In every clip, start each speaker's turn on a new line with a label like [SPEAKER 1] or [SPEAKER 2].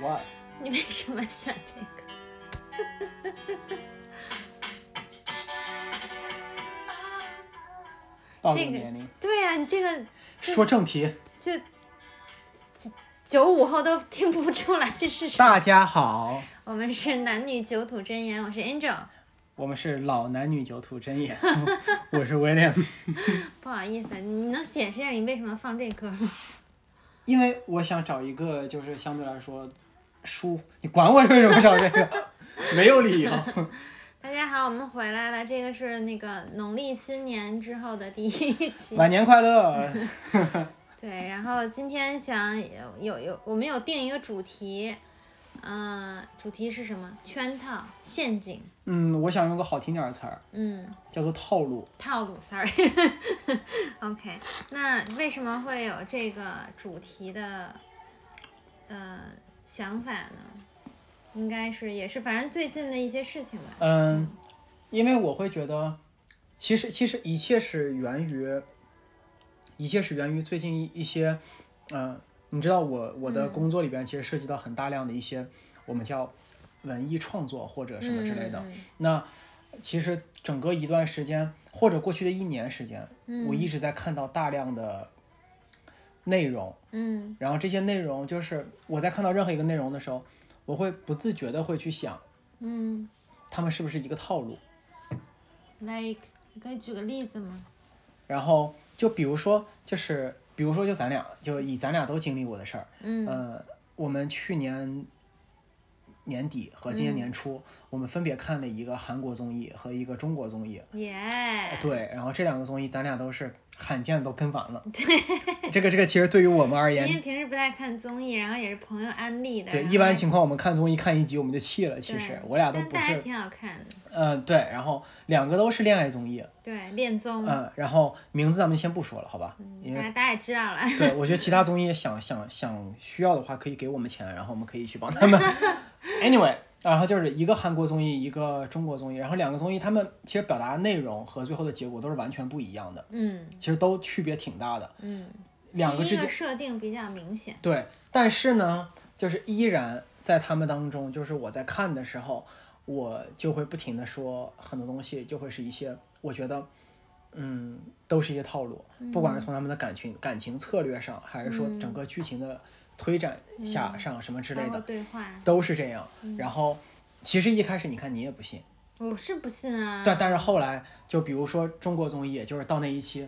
[SPEAKER 1] What？
[SPEAKER 2] 你为什么选这个？
[SPEAKER 1] 暴露
[SPEAKER 2] 这个
[SPEAKER 1] 年龄。
[SPEAKER 2] 对呀、你这个
[SPEAKER 3] 说正题，
[SPEAKER 2] 就九五后都听不出来这是啥。
[SPEAKER 3] 大家好，
[SPEAKER 2] 我们是男女九土真言，我是 Angel，
[SPEAKER 3] 我们是老男女酒徒真言， 我是威廉。
[SPEAKER 2] 不好意思，你能解释一下你为什么放这歌吗？
[SPEAKER 3] 因为我想找一个就是相对来说舒，你管我为什么找这个， 没有理由。
[SPEAKER 2] 大家好，我们回来了，这个是那个农历新年之后的第一期。
[SPEAKER 3] 晚年快乐，
[SPEAKER 2] 对，然后今天想有有有，我们有定一个主题，嗯、主题是什么？圈套、陷阱，
[SPEAKER 3] 嗯，我想用个好听点儿的词儿，
[SPEAKER 2] 嗯，
[SPEAKER 3] 叫做套路。
[SPEAKER 2] 套路。Sorry，OK，、OK，那为什么会有这个主题的呃想法呢？应该是也是，反正最近的一些事情吧。
[SPEAKER 3] 嗯，因为我会觉得，其实其实一切是源于，一切是源于最近一些，嗯、你知道我我
[SPEAKER 2] 嗯
[SPEAKER 3] 的工作里边其实涉及到很大量的一些我们叫文艺创作或者什么之类的。
[SPEAKER 2] 嗯
[SPEAKER 3] 那其实整个一段时间或者过去的一年时间，
[SPEAKER 2] 嗯
[SPEAKER 3] 我一直在看到大量的内容，
[SPEAKER 2] 嗯
[SPEAKER 3] 然后这些内容就是我在看到任何一个内容的时候，我会不自觉的会去想，
[SPEAKER 2] 嗯
[SPEAKER 3] 他们是不是一个套路。
[SPEAKER 2] ，like，你可以举个例子吗？
[SPEAKER 3] 然后就比如说，就是比如说，就咱俩，就以咱俩都经历过的事儿，
[SPEAKER 2] 嗯
[SPEAKER 3] 呃，我们去年年底和
[SPEAKER 2] 嗯
[SPEAKER 3] 今年年初，我们分别看了一个韩国综艺和一个中国综艺，
[SPEAKER 2] 耶、
[SPEAKER 3] 对，然后这两个综艺咱俩都是罕见地都跟完了，对， 这个这个其实对于我们而
[SPEAKER 2] 因
[SPEAKER 3] 言，
[SPEAKER 2] 为平时不太看综艺，然后也是朋友安利的。
[SPEAKER 3] 对，
[SPEAKER 2] 然后
[SPEAKER 3] 一般情况我们看综艺看一集我们就弃了，其
[SPEAKER 2] 对
[SPEAKER 3] 实我俩都
[SPEAKER 2] 但
[SPEAKER 3] 不
[SPEAKER 2] 但还
[SPEAKER 3] 是，
[SPEAKER 2] 挺好看的。
[SPEAKER 3] 嗯、对，然后两个都是恋爱综艺，
[SPEAKER 2] 对，恋综
[SPEAKER 3] 嗯、，然后名字咱们先不说了，好吧，因为
[SPEAKER 2] 大家大家也知道了。
[SPEAKER 3] 对，我觉得其他综艺想想想需要的话，可以给我们钱，然后我们可以去帮他们。Anyway，然后就是一个韩国综艺，一个中国综艺，然后两个综艺他们其实表达内容和最后的结果都是完全不一样的，
[SPEAKER 2] 嗯
[SPEAKER 3] 其实都区别挺大的。
[SPEAKER 2] 嗯，
[SPEAKER 3] 两个
[SPEAKER 2] 第
[SPEAKER 3] 之
[SPEAKER 2] 一个
[SPEAKER 3] 间
[SPEAKER 2] 设定比较明显。
[SPEAKER 3] 对，但是呢，就是依然在他们当中，就是我在看的时候，我就会不停的说很多东西，就会是一些我觉得。嗯，都是一些套路，不管是从他们的感情、感情策略上，还是说整个剧情的推展下、上什么之类
[SPEAKER 2] 包括
[SPEAKER 3] 的，
[SPEAKER 2] 对话，
[SPEAKER 3] 都是这样。然后，其实一开始你看你也不信，
[SPEAKER 2] 我是不信啊。
[SPEAKER 3] 但但是后来就比如说中国综艺，也就是到那一期，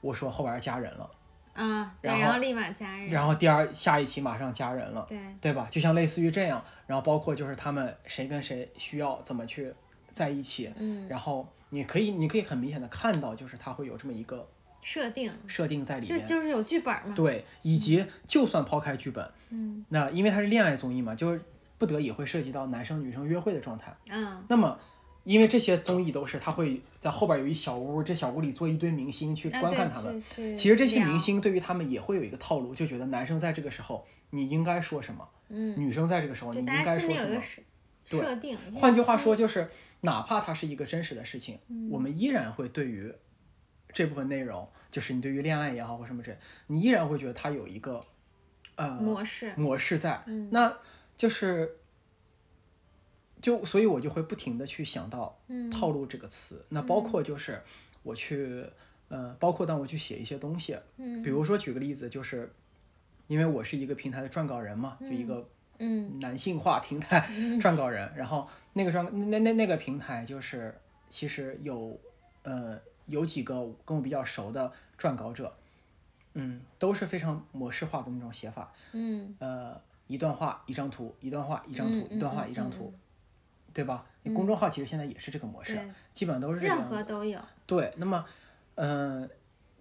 [SPEAKER 3] 我说后边儿加人了，
[SPEAKER 2] 啊，对，
[SPEAKER 3] 然后
[SPEAKER 2] 然后立马加人。
[SPEAKER 3] 然后第二下一期马上加人了，
[SPEAKER 2] 对，
[SPEAKER 3] 对吧？就像类似于这样，然后包括就是他们谁跟谁需要怎么去在一起，
[SPEAKER 2] 嗯，
[SPEAKER 3] 然后你可以你可以很明显的看到，就是他会有这么一个
[SPEAKER 2] 设定
[SPEAKER 3] 设定在里
[SPEAKER 2] 就
[SPEAKER 3] 面。
[SPEAKER 2] 就是有剧本嘛。
[SPEAKER 3] 对，以及就算抛开剧本，
[SPEAKER 2] 嗯
[SPEAKER 3] 那因为它是恋爱综艺嘛，就是不得已会涉及到男生女生约会的状态。
[SPEAKER 2] 嗯
[SPEAKER 3] 那么，因为这些综艺都是他会在后边有一小屋，这小屋里坐一堆明星去
[SPEAKER 2] 啊
[SPEAKER 3] 观
[SPEAKER 2] 对
[SPEAKER 3] 看他们。
[SPEAKER 2] 去去
[SPEAKER 3] 其实这些
[SPEAKER 2] 聊
[SPEAKER 3] 明，星对于他们也会有一个套路，就觉得男生在这个时候你应该说什么，
[SPEAKER 2] 嗯，
[SPEAKER 3] 女生在这个时候你
[SPEAKER 2] 就
[SPEAKER 3] 应
[SPEAKER 2] 大家
[SPEAKER 3] 该说
[SPEAKER 2] 心
[SPEAKER 3] 什
[SPEAKER 2] 里有一个
[SPEAKER 3] 么。
[SPEAKER 2] 设
[SPEAKER 3] 对
[SPEAKER 2] 设定。预
[SPEAKER 3] 换句话
[SPEAKER 2] 期
[SPEAKER 3] 说，，就是哪怕它是一个真实的事情，
[SPEAKER 2] 嗯
[SPEAKER 3] 我们依然会对于这部分内容，就是你对于恋爱也好或什么这，你依然会觉得它有一个呃
[SPEAKER 2] 模式，
[SPEAKER 3] 模式在。
[SPEAKER 2] 嗯
[SPEAKER 3] 那就是就所以，我就会不停的去想到
[SPEAKER 2] 嗯，
[SPEAKER 3] 套路这个词。那包括就是我去呃，包括当我去写一些东西，
[SPEAKER 2] 嗯
[SPEAKER 3] 比如说举个例子，就是因为我是一个平台的撰稿人嘛，就一个
[SPEAKER 2] 嗯
[SPEAKER 3] 男性化平台撰稿人，然后那个撰那那那个平台就是其实有呃有几个跟我比较熟的撰稿者，嗯，都是非常模式化的那种写法，
[SPEAKER 2] 嗯
[SPEAKER 3] 呃，一段话一张图，一段话一张图，
[SPEAKER 2] 嗯
[SPEAKER 3] 一段话
[SPEAKER 2] 嗯
[SPEAKER 3] 一张
[SPEAKER 2] 嗯
[SPEAKER 3] 图，对吧？你公众号其实现在也是这个模式，
[SPEAKER 2] 对
[SPEAKER 3] 基本上都是这个
[SPEAKER 2] 任
[SPEAKER 3] 样子。
[SPEAKER 2] 何都有。
[SPEAKER 3] 对，那么呃，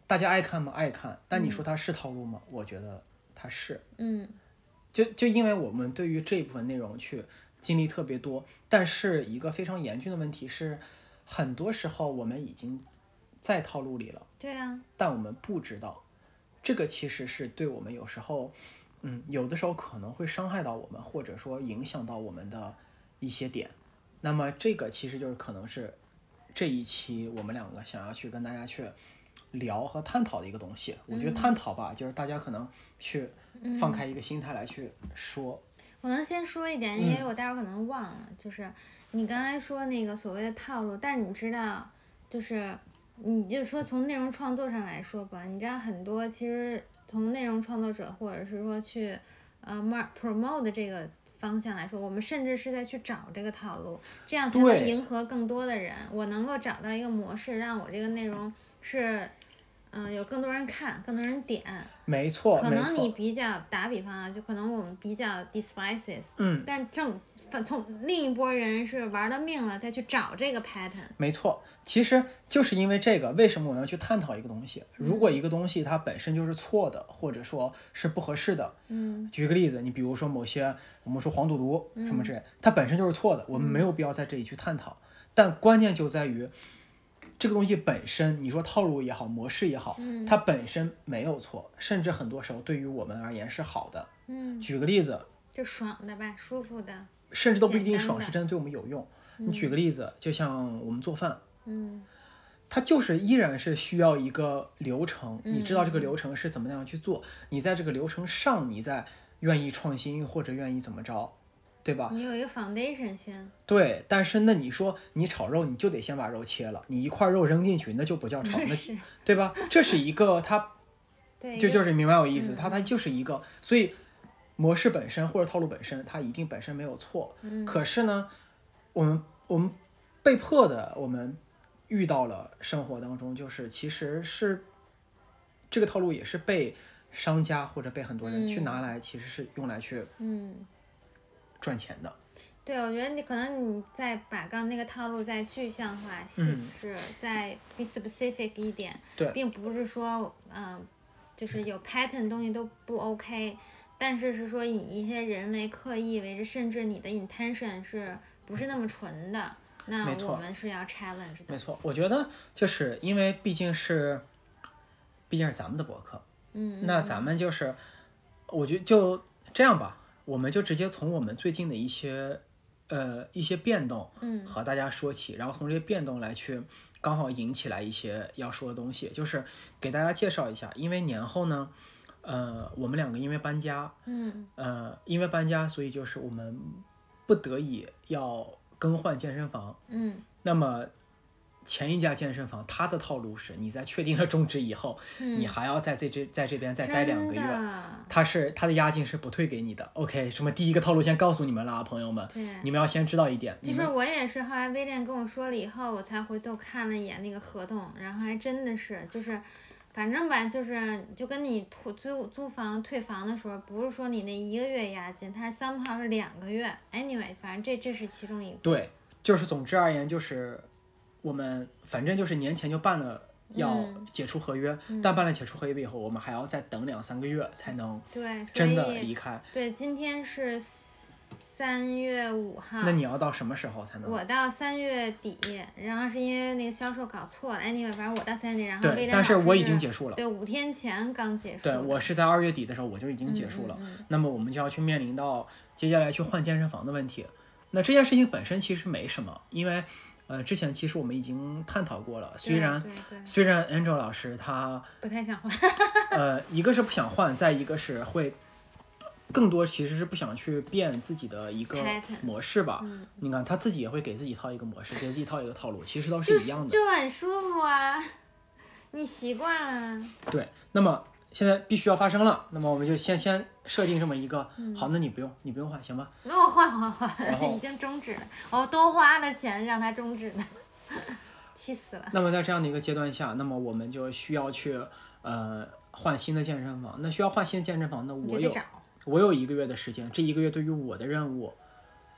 [SPEAKER 3] 大家爱看吗？爱看，但你说它是套路吗？我觉得它是。
[SPEAKER 2] 嗯
[SPEAKER 3] 就就因为我们对于这一部分内容去经历特别多，但是一个非常严峻的问题是，很多时候我们已经在套路里了，，
[SPEAKER 2] 对啊，
[SPEAKER 3] 但我们不知道，这个其实是对我们有时候，嗯，有的时候可能会伤害到我们，或者说影响到我们的一些点。那么这个其实就是可能是这一期我们两个想要去跟大家去聊和探讨的一个东西。我觉
[SPEAKER 2] 嗯
[SPEAKER 3] 得探讨吧，就是大家可能去放开一个心态来去说。
[SPEAKER 2] 我能先说一点，因为我待会儿可能忘了，就是你刚才说那个所谓的套路，但你知道，就是你就说从内容创作上来说吧，你知道很多其实从内容创作者或者是说去呃 mar promote 的这个方向来说，我们甚至是在去找这个套路，这样才能
[SPEAKER 3] 对
[SPEAKER 2] 迎合更多的人。我能够找到一个模式，让我这个内容是。嗯，有更多人看，更多人点，
[SPEAKER 3] 没错，
[SPEAKER 2] 可
[SPEAKER 3] 哦没
[SPEAKER 2] 能
[SPEAKER 3] 错，
[SPEAKER 2] 你比较打比方啊，就可能我们比较 despises，
[SPEAKER 3] 嗯，
[SPEAKER 2] 但正反从另一波人是玩了命了，再去找这个 pattern。
[SPEAKER 3] 没错。其实就是因为这个，为什么我们要去探讨一个东西？如果一个东西它本身就是错的，或者说是不合适的，
[SPEAKER 2] 嗯
[SPEAKER 3] 举一个例子，你比如说某些我们说黄赌毒什么之类，它本身就是错的，我们没有必要在这里去探讨。但关键就在于这个东西本身，你说套路也好，模式也好，
[SPEAKER 2] 嗯
[SPEAKER 3] 它本身没有错，甚至很多时候对于我们而言是好的。
[SPEAKER 2] 嗯，
[SPEAKER 3] 举个例子，
[SPEAKER 2] 就爽的吧，舒服的。
[SPEAKER 3] 甚至都不一定
[SPEAKER 2] 简单
[SPEAKER 3] 爽
[SPEAKER 2] 的
[SPEAKER 3] 是真的对我们有用。你举个例子，就像我们做饭，
[SPEAKER 2] 嗯
[SPEAKER 3] 它就是依然是需要一个流程，你知道这个流程是怎么样去做，你在这个流程上，你在愿意创新或者愿意怎么着，对吧？
[SPEAKER 2] 你有一个 foundation 先，
[SPEAKER 3] 对，但是那你说你炒肉，你就得先把肉切了，你一块肉扔进去，那就不叫炒， 那
[SPEAKER 2] 是
[SPEAKER 3] 对吧？这是一个它
[SPEAKER 2] 对，
[SPEAKER 3] 就
[SPEAKER 2] 一
[SPEAKER 3] 就
[SPEAKER 2] 个
[SPEAKER 3] 是明白我意思，它它就是一个，所以模式本身或者套路本身，它一定本身没有错。
[SPEAKER 2] 嗯
[SPEAKER 3] 可是呢，我们我们被迫的，我们遇到了生活当中，就是其实是这个套路也是被商家或者被很多人去
[SPEAKER 2] 嗯
[SPEAKER 3] 拿来，其实是用来去
[SPEAKER 2] 嗯，
[SPEAKER 3] 赚钱的。
[SPEAKER 2] 对，我觉得你可能你再把刚那个套路再具象化，细
[SPEAKER 3] 嗯
[SPEAKER 2] 致，再 be specific 一点，
[SPEAKER 3] 对
[SPEAKER 2] 并不是说嗯、就是有 pattern 东西都不 OK，但是是说以一些人为刻意为之，甚至你的 intention 是不是那么纯的，那
[SPEAKER 3] 没错
[SPEAKER 2] 我们是要 challenge
[SPEAKER 3] 没
[SPEAKER 2] 的，
[SPEAKER 3] 错，我觉得就是因为毕竟是，毕竟是咱们的博客，
[SPEAKER 2] 嗯，
[SPEAKER 3] 那咱们就是，我觉得就这样吧，我们就直接从我们最近的一些，呃，一些变动，
[SPEAKER 2] 嗯
[SPEAKER 3] 和大家说起，然后从这些变动来去，刚好引起来一些要说的东西，就是给大家介绍一下，因为年后呢，呃，我们两个因为搬家，
[SPEAKER 2] 嗯
[SPEAKER 3] 呃，因为搬家，所以就是我们不得已要更换健身房，
[SPEAKER 2] 嗯
[SPEAKER 3] 那么前一家健身房，它的套路是你在确定了终止以后，你还要在这这在这边再待两个
[SPEAKER 2] 嗯真
[SPEAKER 3] 月，
[SPEAKER 2] 的
[SPEAKER 3] 它是它的押金是不退给你的。OK，什么第一个套路先告诉你们了啊，朋友们，
[SPEAKER 2] 对。
[SPEAKER 3] 你们要先知道一点，
[SPEAKER 2] 就
[SPEAKER 3] 你
[SPEAKER 2] 是
[SPEAKER 3] 们
[SPEAKER 2] 我也是，后来威廉跟我说了以后，我才回头看了一眼那个合同，然后还真的是，就是，反正吧，就是就跟你退租租房退房的时候，不是说你那一个月押金，它是 somehow 是两个月，anyway，反正这这是其中一个，
[SPEAKER 3] 对，就是总之而言就是我们反正就是年前就办了。要
[SPEAKER 2] 嗯
[SPEAKER 3] 解除合约，但办了解除合约以后，我们还要再等两三个月才能
[SPEAKER 2] 对，所
[SPEAKER 3] 真的
[SPEAKER 2] 以啊
[SPEAKER 3] 离开。
[SPEAKER 2] 对，今天是三月五号，
[SPEAKER 3] 那你要到什么时候才能？
[SPEAKER 2] 我到三月底，然后是因为那个销售搞错了，anyway，反正我到三月底，然后
[SPEAKER 3] 对，
[SPEAKER 2] 威廉
[SPEAKER 3] 但
[SPEAKER 2] 老
[SPEAKER 3] 是
[SPEAKER 2] 师
[SPEAKER 3] 我已经结束了。
[SPEAKER 2] 对五天前刚结束
[SPEAKER 3] 对
[SPEAKER 2] 的，嗯
[SPEAKER 3] 我是在二月底的时候我就已经结束了，那么我们就要去面临到接下来去换健身房的问题。那这件事情本身其实没什么，因为呃之前其实我们已经探讨过了，虽
[SPEAKER 2] 对
[SPEAKER 3] 然
[SPEAKER 2] 对对
[SPEAKER 3] 虽然 Angel 老师他
[SPEAKER 2] 不太想换，
[SPEAKER 3] 呃一个是不想换，再一个是会。更多其实是不想去变自己的一个
[SPEAKER 2] Pattern
[SPEAKER 3] 模式吧，
[SPEAKER 2] 嗯
[SPEAKER 3] 你看他自己也会给自己套一个模式，给自己套一个套路，其实都
[SPEAKER 2] 就是
[SPEAKER 3] 一样的。
[SPEAKER 2] 就很舒服啊，你习惯了、
[SPEAKER 3] 对，那么现在必须要发生了，那么我们就先先设定这么一个，
[SPEAKER 2] 嗯
[SPEAKER 3] 好，那你不用，你不用换，行吧？
[SPEAKER 2] 那我换换
[SPEAKER 3] 然后
[SPEAKER 2] 换，已经终止了，我多花了钱让它终止的，气死了。
[SPEAKER 3] 那么在这样的一个阶段下，那么我们就需要去呃换新的健身房。那需要换新的健身房呢，
[SPEAKER 2] 你
[SPEAKER 3] 我
[SPEAKER 2] 就得
[SPEAKER 3] 有
[SPEAKER 2] 找，
[SPEAKER 3] 我有一个月的时间，这一个月对于我的任务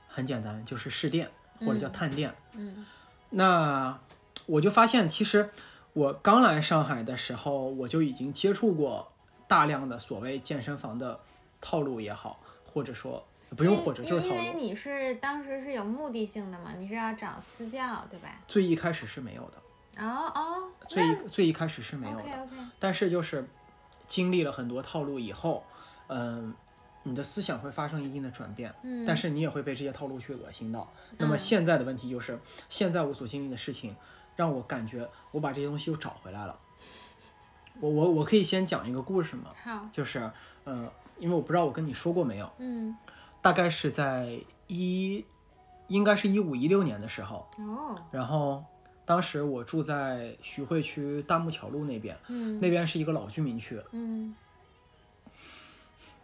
[SPEAKER 3] 很简单，就是试店或者叫探店。
[SPEAKER 2] 嗯
[SPEAKER 3] 那我就发现，其实我刚来上海的时候，我就已经接触过大量的所谓健身房的套路也好，或者说不用
[SPEAKER 2] 因
[SPEAKER 3] 或者就是
[SPEAKER 2] 因
[SPEAKER 3] 套
[SPEAKER 2] 因为
[SPEAKER 3] 路，
[SPEAKER 2] 你是当时是有目的性的嘛，你是要找私教对吧？
[SPEAKER 3] 最一开始是没有的，
[SPEAKER 2] 哦哦，
[SPEAKER 3] 最一最一开始是没有的。
[SPEAKER 2] OK OK，
[SPEAKER 3] 但是就是经历了很多套路以后，嗯、你的思想会发生一定的转变，
[SPEAKER 2] 嗯，
[SPEAKER 3] 但是你也会被这些套路去恶心到。那么现在的问题就是，现在我所经历的事情，让我感觉我把这些东西又找回来了。我我我可以先讲一个故事吗？
[SPEAKER 2] 好，
[SPEAKER 3] 就是，呃，因为我不知道我跟你说过没有，
[SPEAKER 2] 嗯，
[SPEAKER 3] 大概是在一，应该是一五一六年的时候，
[SPEAKER 2] 哦，
[SPEAKER 3] 然后当时我住在徐汇区大木桥路那边，
[SPEAKER 2] 嗯
[SPEAKER 3] 那边是一个老居民区，
[SPEAKER 2] 嗯，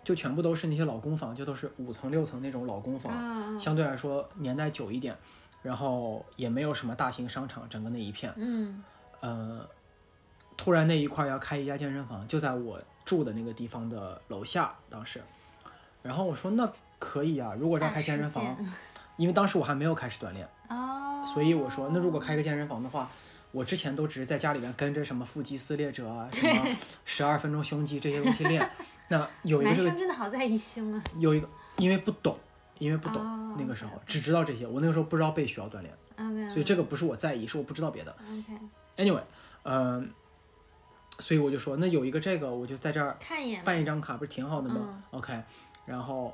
[SPEAKER 3] 就全部都是那些老公房，就都是五层六层那种老公房，
[SPEAKER 2] 啊，
[SPEAKER 3] 相对来说年代久一点，然后也没有什么大型商场，整个那一片，
[SPEAKER 2] 嗯
[SPEAKER 3] 呃，突然那一块儿要开一家健身房，就在我住的那个地方的楼下，当时，然后我说那可以啊，如果这儿
[SPEAKER 2] 大
[SPEAKER 3] 开健
[SPEAKER 2] 事
[SPEAKER 3] 身房
[SPEAKER 2] 件，
[SPEAKER 3] 因为当时我还没有开始锻炼。
[SPEAKER 2] 哦，
[SPEAKER 3] 所以我说，那如果开个健身房的话，我之前都只是在家里边跟着什么腹肌撕裂者啊，什么十二分钟胸肌这些东西练。那有一个
[SPEAKER 2] 男
[SPEAKER 3] 这个
[SPEAKER 2] 生真的好在意胸啊，
[SPEAKER 3] 有一个，因为不懂，因为不懂、
[SPEAKER 2] 哦嗯
[SPEAKER 3] 那个时候只知道这些，我那个时候不知道背需要锻炼，
[SPEAKER 2] ，OK，
[SPEAKER 3] 所以这个不是我在意，是我不知道别的。
[SPEAKER 2] OK，
[SPEAKER 3] Anyway，嗯、所以我就说，那有一个这个，我就在这儿
[SPEAKER 2] 看一眼吧，
[SPEAKER 3] 办一张卡不是挺好的吗、o
[SPEAKER 2] 嗯
[SPEAKER 3] k 然后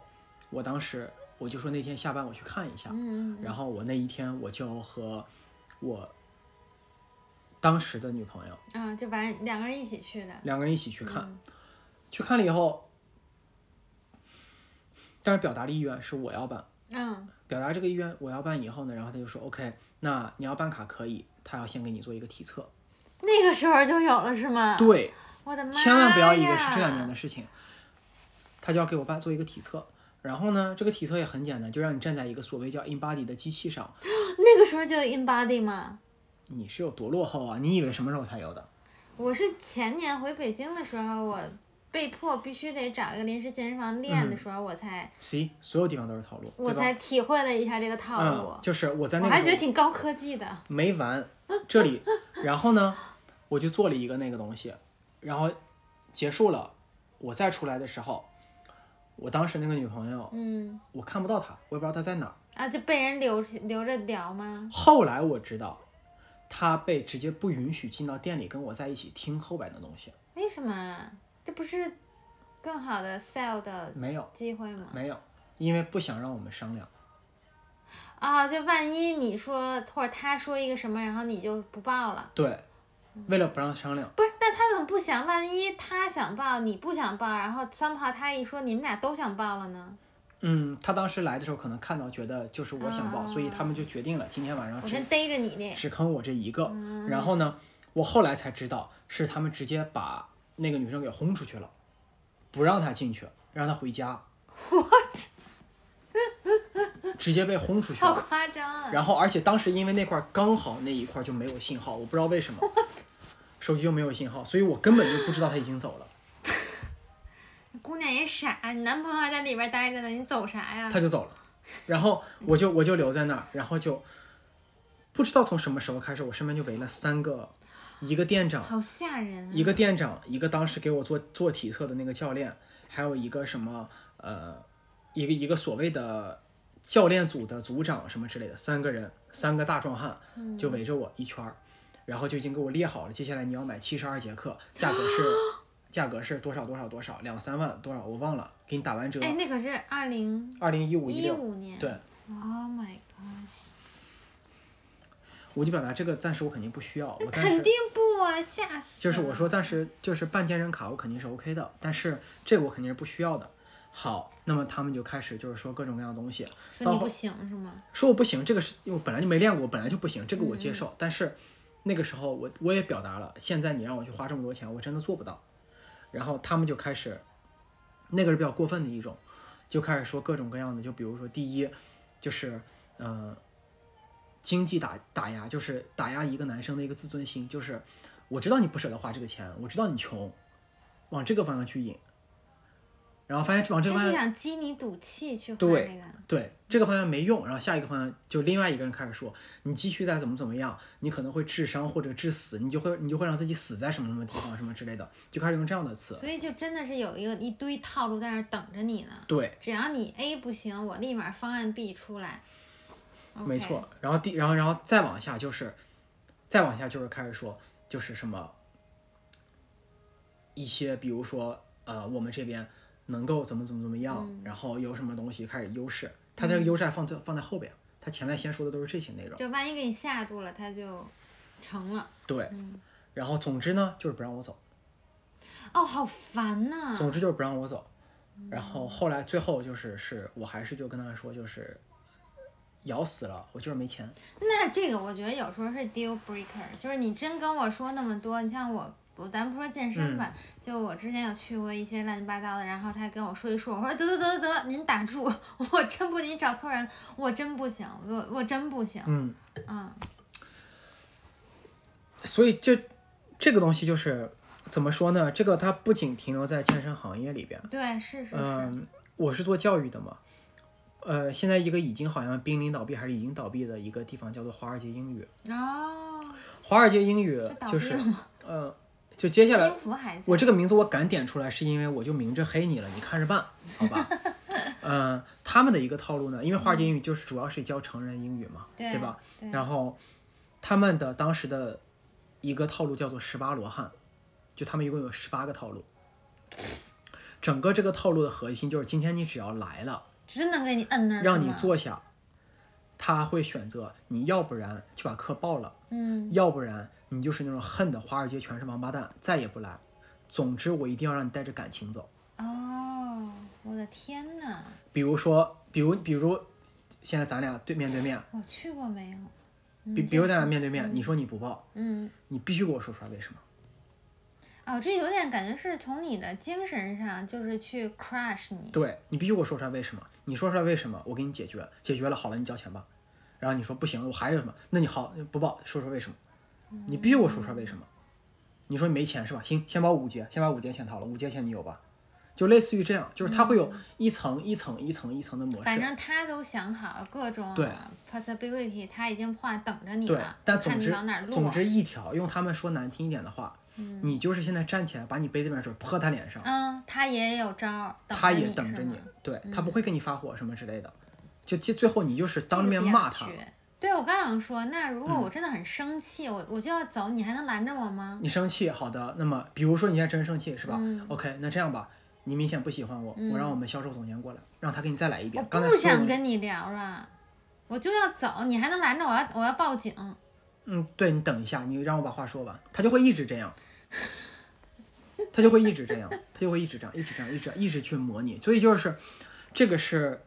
[SPEAKER 3] 我当时我就说那天下班我去看一下，
[SPEAKER 2] 嗯嗯
[SPEAKER 3] 然后我那一天我就和我当时的女朋友
[SPEAKER 2] 嗯，啊，就把两个人一起去的，
[SPEAKER 3] 两个人一起去看，
[SPEAKER 2] 嗯
[SPEAKER 3] 去看了以后，但是表达的意愿是我要办，
[SPEAKER 2] 嗯
[SPEAKER 3] 表达这个意愿我要办以后呢，然后他就说 OK，那你要办卡可以，他要先给你做一个体测，
[SPEAKER 2] 那个时候就有了是吗？，
[SPEAKER 3] 对，
[SPEAKER 2] 我的妈呀，
[SPEAKER 3] 千万不要以为是这两年的事情，他就要给我爸做一个体测。然后呢，这个体测也很简单，就让你站在一个所谓叫 InBody 的机器上。
[SPEAKER 2] 那个时候就有 in body 吗？
[SPEAKER 3] 你是有多落后啊？你以为什么时候才有的？
[SPEAKER 2] 我是前年回北京的时候，我被迫必须得找一个临时健身房练
[SPEAKER 3] 嗯
[SPEAKER 2] 的时候，我才
[SPEAKER 3] C，所有地方都是套路，
[SPEAKER 2] 我
[SPEAKER 3] 对吧
[SPEAKER 2] 才体会了一下这个套路。
[SPEAKER 3] 嗯，就是我在
[SPEAKER 2] 我
[SPEAKER 3] 那
[SPEAKER 2] 还
[SPEAKER 3] 个
[SPEAKER 2] 觉
[SPEAKER 3] 时
[SPEAKER 2] 得
[SPEAKER 3] 候
[SPEAKER 2] 挺高科技的，
[SPEAKER 3] 没完，这里，然后呢，我就做了一个那个东西，然后结束了，我再出来的时候，我当时那个女朋友，
[SPEAKER 2] 嗯
[SPEAKER 3] 我看不到她，我也不知道她在哪儿。
[SPEAKER 2] 啊，就被人留留着聊吗？
[SPEAKER 3] 后来我知道，她被直接不允许进到店里跟我在一起听后边的东西，
[SPEAKER 2] 为什么啊？这不是更好的 sell 的
[SPEAKER 3] 没有，
[SPEAKER 2] 机会吗？
[SPEAKER 3] 没有，因为不想让我们商量。
[SPEAKER 2] 啊，就万一你说或者他说一个什么，然后你就不报了。
[SPEAKER 3] 对，为了不让商量，
[SPEAKER 2] 不是，但他怎么不想？万一他想报，你不想报，然后三炮他一说，你们俩都想报了呢？
[SPEAKER 3] 嗯，她当时来的时候可能看到觉得就是我想报，所以他们就决定了今天晚上
[SPEAKER 2] 我
[SPEAKER 3] 只
[SPEAKER 2] 先逮着你这，
[SPEAKER 3] 只坑我这一个。然后呢，我后来才知道是他们直接把那个女生给轰出去了，不让她进去，让她回家。What？直接被轰出去
[SPEAKER 2] 好
[SPEAKER 3] 了。
[SPEAKER 2] 夸张啊！
[SPEAKER 3] 然后，而且当时因为那块儿刚好那一块儿就没有信号，我不知道为什么， 手机就没有信号，所以我根本就不知道她已经走了，
[SPEAKER 2] 姑娘也傻，你男朋友还在里边待着呢，你走啥呀？
[SPEAKER 3] 她就走了。然后我就我就留在那儿，然后就不知道从什么时候开始，我身边就围了三个，一个店长，
[SPEAKER 2] 好吓人啊！
[SPEAKER 3] 一个店长，一个当时给我做做体测的那个教练，还有一个什么呃，一个一个所谓的教练组的组长什么之类的，三个人，三个大壮汉
[SPEAKER 2] 嗯
[SPEAKER 3] 就围着我一圈儿，然后就已经给我列好了，接下来你要买七十二节课，价格 是价格是多少多少多少，两三万多少我忘了，给你打完折，
[SPEAKER 2] 哎，那可是二零
[SPEAKER 3] 二零一五一
[SPEAKER 2] 一
[SPEAKER 3] 六，
[SPEAKER 2] 五年。
[SPEAKER 3] 对。
[SPEAKER 2] Oh my god！
[SPEAKER 3] 我就表达这个暂时我肯定不需要，我暂时
[SPEAKER 2] 肯定不啊，吓死！
[SPEAKER 3] 就是我说，暂时就是办健身卡，我肯定是 OK 的，但是这个我肯定是不需要的。好，那么他们就开始就是说各种各样的东西，
[SPEAKER 2] 说你不行是吗？
[SPEAKER 3] 说我不行，这个是因为我本来就没练过，本来就不行，这个我接受。但是那个时候我我也表达了，现在你让我去花这么多钱，我真的做不到。然后他们就开始，那个是比较过分的一种，就开始说各种各样的，就比如说第一就是呃经济打打压，就是打压一个男生的一个自尊心，就是我知道你不舍得花这个钱，我知道你穷，往这个方向去引，然后发现往这个
[SPEAKER 2] 他
[SPEAKER 3] 方向
[SPEAKER 2] 是想激你赌气去换
[SPEAKER 3] 对
[SPEAKER 2] 那个，
[SPEAKER 3] 对这个方向没用，然后下一个方向就另外一个人开始说，你继续再怎么怎么样，你可能会致伤或者致死，你就会你就会让自己死在什么什么地方什么之类的，就开始用这样的词。
[SPEAKER 2] 所以就真的是有一个一堆套路在那儿等着你呢。
[SPEAKER 3] 对，
[SPEAKER 2] 只要你 A 不行，我立马方案 B 出来。
[SPEAKER 3] 没
[SPEAKER 2] OK，
[SPEAKER 3] 错。然后第然后然后再往下就是，再往下就是开始说就是什么一些比如说呃我们这边能够怎么怎么怎么样，然后有什么东西开始优势，他这个优势还放在放在后边，他前面先说的都是这些内容。
[SPEAKER 2] 就万一给你吓住了，他就成了。
[SPEAKER 3] 对，然后总之呢，就是不让我走。
[SPEAKER 2] 哦，好烦呐、
[SPEAKER 3] 总之就是不让我走。然后后来最后就是是我还是就跟他说就是。咬死了，我就是没钱。
[SPEAKER 2] 那这个我觉得有时候是 deal breaker，就是你真跟我说那么多，你像我。我咱不说健身
[SPEAKER 3] 嗯
[SPEAKER 2] 吧，就我之前有去过一些乱七八糟的，然后他跟我说一说，我说得得得得得，您打住， 我真不，您找错人了，我真不行，我我真不行，
[SPEAKER 3] 嗯，
[SPEAKER 2] 嗯
[SPEAKER 3] 所以这这个东西就是怎么说呢？这个它不仅停留在健身行业里边，
[SPEAKER 2] 对，是是是，
[SPEAKER 3] 嗯，我是做教育的嘛，呃，现在一个已经好像濒临倒闭还是已经倒闭的一个地方叫做华尔街英语。
[SPEAKER 2] 哦，
[SPEAKER 3] 华尔街英语
[SPEAKER 2] 这倒
[SPEAKER 3] 就
[SPEAKER 2] 闭
[SPEAKER 3] 是
[SPEAKER 2] 了吗？哎
[SPEAKER 3] 呃，就接下来
[SPEAKER 2] 音符还在
[SPEAKER 3] 我这个名字我敢点出来，是因为我就明着黑你了，你看着办，好 吧？嗯、他们的一个套路呢，因为华尔街英语就是主要是教成人英语嘛，
[SPEAKER 2] 对
[SPEAKER 3] 对吧？
[SPEAKER 2] 对
[SPEAKER 3] 然后他们的当时的一个套路叫做十八罗汉，就他们一共有十八个套路。整个这个套路的核心就是，今天你只要来了，
[SPEAKER 2] 只能给你摁那儿，
[SPEAKER 3] 让
[SPEAKER 2] 是
[SPEAKER 3] 你
[SPEAKER 2] 吗，
[SPEAKER 3] 坐下，他会选择你要不然就把课报了，
[SPEAKER 2] 嗯，
[SPEAKER 3] 要不然你就是那种恨的华尔街全是王八蛋，再也不来。总之，我一定要让你带着感情走。
[SPEAKER 2] 哦，我的天呐，
[SPEAKER 3] 比如说，比如，比如，现在咱俩对面对面，
[SPEAKER 2] 我去过没有？
[SPEAKER 3] 比比如咱俩面对面，你说你不报，
[SPEAKER 2] 嗯，
[SPEAKER 3] 你必须给我说出来为什么。
[SPEAKER 2] 哦，这有点感觉是从你的精神上就是去 crush 你，
[SPEAKER 3] 对你必须给我说出来为什么。你说出来为什么，我给你解决，解决了好了，你交钱吧。然后你说不行，我还有什么？那你好不报，说说为什么？你必须给我说出来为什么。你说你没钱是吧？行，先把五节，先把五节钱掏了，五节钱你有吧？就类似于这样，就是它会有一层一层一层一层的模
[SPEAKER 2] 反
[SPEAKER 3] 式。
[SPEAKER 2] 正他都想好各种
[SPEAKER 3] 对
[SPEAKER 2] possibility，他已经画等着你
[SPEAKER 3] 对
[SPEAKER 2] 了，，
[SPEAKER 3] 但
[SPEAKER 2] 就看
[SPEAKER 3] 总
[SPEAKER 2] 你
[SPEAKER 3] 之
[SPEAKER 2] 往哪儿
[SPEAKER 3] 总
[SPEAKER 2] 落。
[SPEAKER 3] 之一条，用他们说难听一点的话，你就是现在站起来，把你杯子里面的水泼他脸上，
[SPEAKER 2] 嗯，他也有招儿，
[SPEAKER 3] 他也等着
[SPEAKER 2] 是
[SPEAKER 3] 你
[SPEAKER 2] 吗，嗯
[SPEAKER 3] 对他不会跟你发火什么之类的。就其最后你就是当面
[SPEAKER 2] 就是比较
[SPEAKER 3] 骂他，嗯
[SPEAKER 2] 绝。对，我刚想说，那如果我真的很生气，我我就要走，你还能拦着我吗？
[SPEAKER 3] 你生气，好的，那么比如说你现在真生气是吧、
[SPEAKER 2] 嗯
[SPEAKER 3] o k 那这样吧，你明显不喜欢我，我让我们销售总监过来，让他给你再来一
[SPEAKER 2] 我
[SPEAKER 3] 遍。刚才
[SPEAKER 2] 不
[SPEAKER 3] 所有
[SPEAKER 2] 想
[SPEAKER 3] 人
[SPEAKER 2] 跟你聊了，我就要走，你还能拦着我要我要报警？
[SPEAKER 3] 嗯，对你等一下，你让我把话说完，他就会一直这样，他就会一直这样，他就会一直这样，一直这样，一直这样一直去模拟，所以就是这个是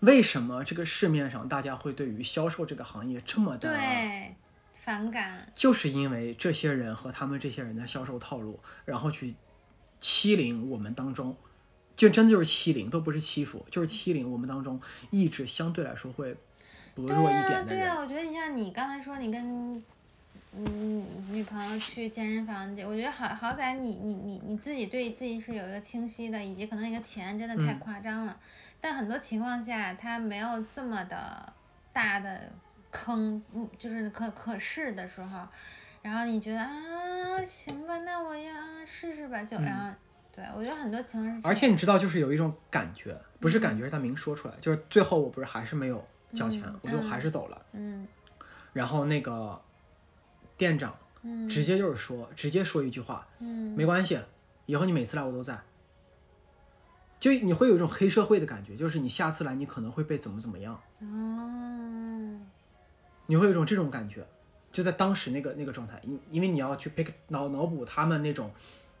[SPEAKER 3] 为什么这个市面上大家会对于销售这个行业这么的，
[SPEAKER 2] 对，反感。
[SPEAKER 3] 就是因为这些人和他们这些人的销售套路，然后去欺凌我们当中，就真的就是欺凌，都不是欺负，就是欺凌我们当中意志相对来说会薄
[SPEAKER 2] 对
[SPEAKER 3] 弱一
[SPEAKER 2] 呀、
[SPEAKER 3] 点的
[SPEAKER 2] 对啊
[SPEAKER 3] 人。
[SPEAKER 2] 呀、我觉得你像你刚才说你跟嗯女朋友去健身房，我觉得好好歹你你你你自己对自己是有一个清晰的，以及可能一个钱真的太夸张了，但很多情况下他没有这么的大的坑，嗯，就是可可视的时候，然后你觉得啊行吧，那我要啊试试吧，就、然后对我觉得很多情况是这
[SPEAKER 3] 嗯而
[SPEAKER 2] 样
[SPEAKER 3] 且你知道，就是有一种感觉，不是感觉，是他明说出来，就是最后我不是还是没有交钱，
[SPEAKER 2] 嗯
[SPEAKER 3] 我就还是走了。
[SPEAKER 2] 嗯
[SPEAKER 3] 然后那个店长
[SPEAKER 2] 嗯
[SPEAKER 3] 直接就是说，直接说一句话，
[SPEAKER 2] 嗯
[SPEAKER 3] 没关系，以后你每次来我都在。就你会有一种黑社会的感觉，就是你下次来你可能会被怎么怎么样，
[SPEAKER 2] 哦
[SPEAKER 3] 你会有一种这种感觉，就在当时那个那个状态，因因为你要去 pick 脑脑补他们那种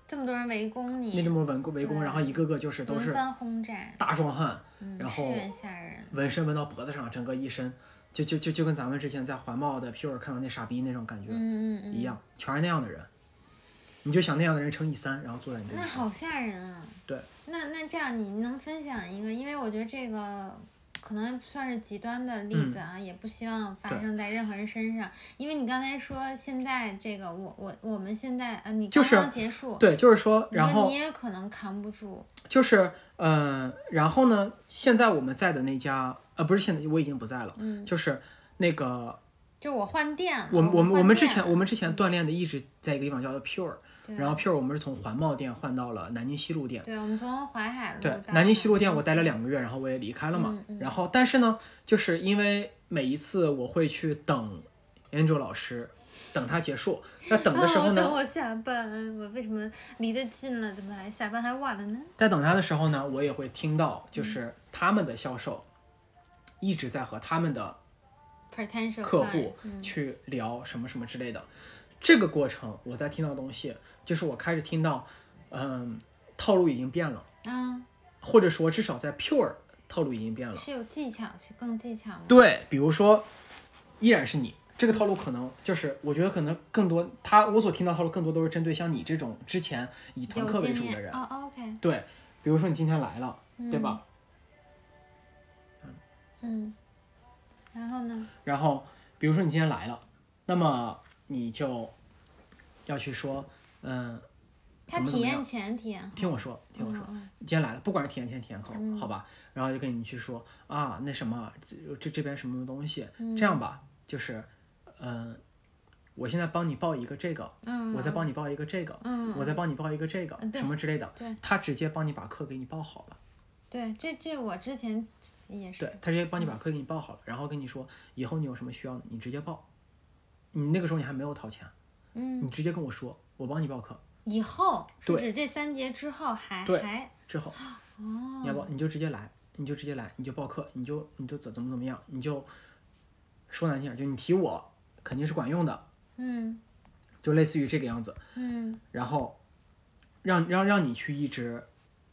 [SPEAKER 2] 这么多人围攻你，
[SPEAKER 3] 那种围攻围攻，
[SPEAKER 2] 嗯对
[SPEAKER 3] 然后一个个就是都
[SPEAKER 2] 轮
[SPEAKER 3] 是
[SPEAKER 2] 番轰炸，
[SPEAKER 3] 大壮汉，
[SPEAKER 2] 嗯，
[SPEAKER 3] 然
[SPEAKER 2] 是
[SPEAKER 3] 后
[SPEAKER 2] 有点吓人。
[SPEAKER 3] 纹身纹到脖子上，整个一身，就就就就跟咱们之前在环贸的 Pure 看到那傻逼那种感觉
[SPEAKER 2] 嗯嗯嗯，
[SPEAKER 3] 一样，全是那样的人。你就想那样的人乘以三，然后坐在你这里
[SPEAKER 2] 那。好吓人啊！
[SPEAKER 3] 对，
[SPEAKER 2] 那那这样你能分享一个？因为我觉得这个可能算是极端的例子啊，也不希望
[SPEAKER 3] 嗯
[SPEAKER 2] 发
[SPEAKER 3] 对
[SPEAKER 2] 生在任何人身上。因为你刚才说现在这个，我我我们现在啊，你
[SPEAKER 3] 就
[SPEAKER 2] 刚
[SPEAKER 3] 是
[SPEAKER 2] 刚结束，
[SPEAKER 3] 对，就是说，
[SPEAKER 2] 你说
[SPEAKER 3] 然后
[SPEAKER 2] 你也可能扛不住，
[SPEAKER 3] 就是，嗯、然后呢，现在我们在的那家，呃，不是现在，我已经不在了，
[SPEAKER 2] 嗯，
[SPEAKER 3] 就是那个
[SPEAKER 2] 就我换店了，
[SPEAKER 3] 我们我们
[SPEAKER 2] 换
[SPEAKER 3] 我们之
[SPEAKER 2] 店
[SPEAKER 3] 前
[SPEAKER 2] 了嗯
[SPEAKER 3] 我们之前锻炼的一直在一个地方叫做 Pure，
[SPEAKER 2] 对
[SPEAKER 3] 然后 Pure 我们是从环贸店换到了南京西路店。
[SPEAKER 2] 对，我们从淮海路
[SPEAKER 3] 对，
[SPEAKER 2] 到
[SPEAKER 3] 南京西路店我
[SPEAKER 2] 南
[SPEAKER 3] 待了两个月，然后我也离开了嘛。
[SPEAKER 2] 嗯嗯
[SPEAKER 3] 然后，但是呢，就是因为每一次我会去等 Angel 老师，等他结束。那等 的时候
[SPEAKER 2] 哦、
[SPEAKER 3] 呢
[SPEAKER 2] 等，我下班，我为什么离得近了，怎么还下班还晚了呢？
[SPEAKER 3] 在等他的时候呢，我也会听到，
[SPEAKER 2] 嗯
[SPEAKER 3] 就是他们的销售一直在和他们的
[SPEAKER 2] potential
[SPEAKER 3] 客
[SPEAKER 2] client，
[SPEAKER 3] 户去聊什么什么之类的。这个过程，我在听到的东西，就是我开始听到嗯，套路已经变了，
[SPEAKER 2] 嗯，
[SPEAKER 3] 或者说至少在 pure 套路已经变了。
[SPEAKER 2] 是有技巧，是更技巧吗？
[SPEAKER 3] 对，比如说，依然是你这个套路，可能就是我觉得可能更多，他我所听到套路更多都是针对像你这种之前以团课
[SPEAKER 2] 有
[SPEAKER 3] 为
[SPEAKER 2] 经
[SPEAKER 3] 主的
[SPEAKER 2] 验
[SPEAKER 3] 人。
[SPEAKER 2] 哦，OK，
[SPEAKER 3] 对，比如说你今天来了，对吧？
[SPEAKER 2] 嗯，然后呢？
[SPEAKER 3] 然后比如说你今天来了，那么你就要去说，嗯，
[SPEAKER 2] 他
[SPEAKER 3] 怎么怎
[SPEAKER 2] 体
[SPEAKER 3] 么
[SPEAKER 2] 验
[SPEAKER 3] 样
[SPEAKER 2] 前体验后，
[SPEAKER 3] 听我说，听我说，
[SPEAKER 2] 嗯
[SPEAKER 3] 今天来了，不管是体验前体验后，
[SPEAKER 2] 嗯
[SPEAKER 3] 好吧，然后就跟你去说啊，那什么，这这这边什么什么东西，
[SPEAKER 2] 嗯
[SPEAKER 3] 这样吧，就是，嗯、我现在帮你报一个这个，
[SPEAKER 2] 嗯，
[SPEAKER 3] 我再帮你报一个这个，
[SPEAKER 2] 嗯
[SPEAKER 3] 我再帮你报一个这个，
[SPEAKER 2] 嗯对
[SPEAKER 3] 什么之类的
[SPEAKER 2] 对，
[SPEAKER 3] 他直接帮你把课给你报好了，
[SPEAKER 2] 对，这这我之前也是，
[SPEAKER 3] 对他直接帮
[SPEAKER 2] 嗯
[SPEAKER 3] 你把课给你报好了，然后跟你说以后你有什么需要的，你直接报，你那个时候你还没有掏钱，
[SPEAKER 2] 嗯，
[SPEAKER 3] 你直接跟我说，我帮你报课，
[SPEAKER 2] 以后是
[SPEAKER 3] 对
[SPEAKER 2] 指这三节之后还
[SPEAKER 3] 对
[SPEAKER 2] 还
[SPEAKER 3] 之后
[SPEAKER 2] 哦，
[SPEAKER 3] 你要报你就直接来，你就直接来，你就报课，你就你就怎怎么怎么样，你就说难听点，就你提我肯定是管用的，
[SPEAKER 2] 嗯
[SPEAKER 3] 就类似于这个样子，
[SPEAKER 2] 嗯
[SPEAKER 3] 然后让让让你去一直，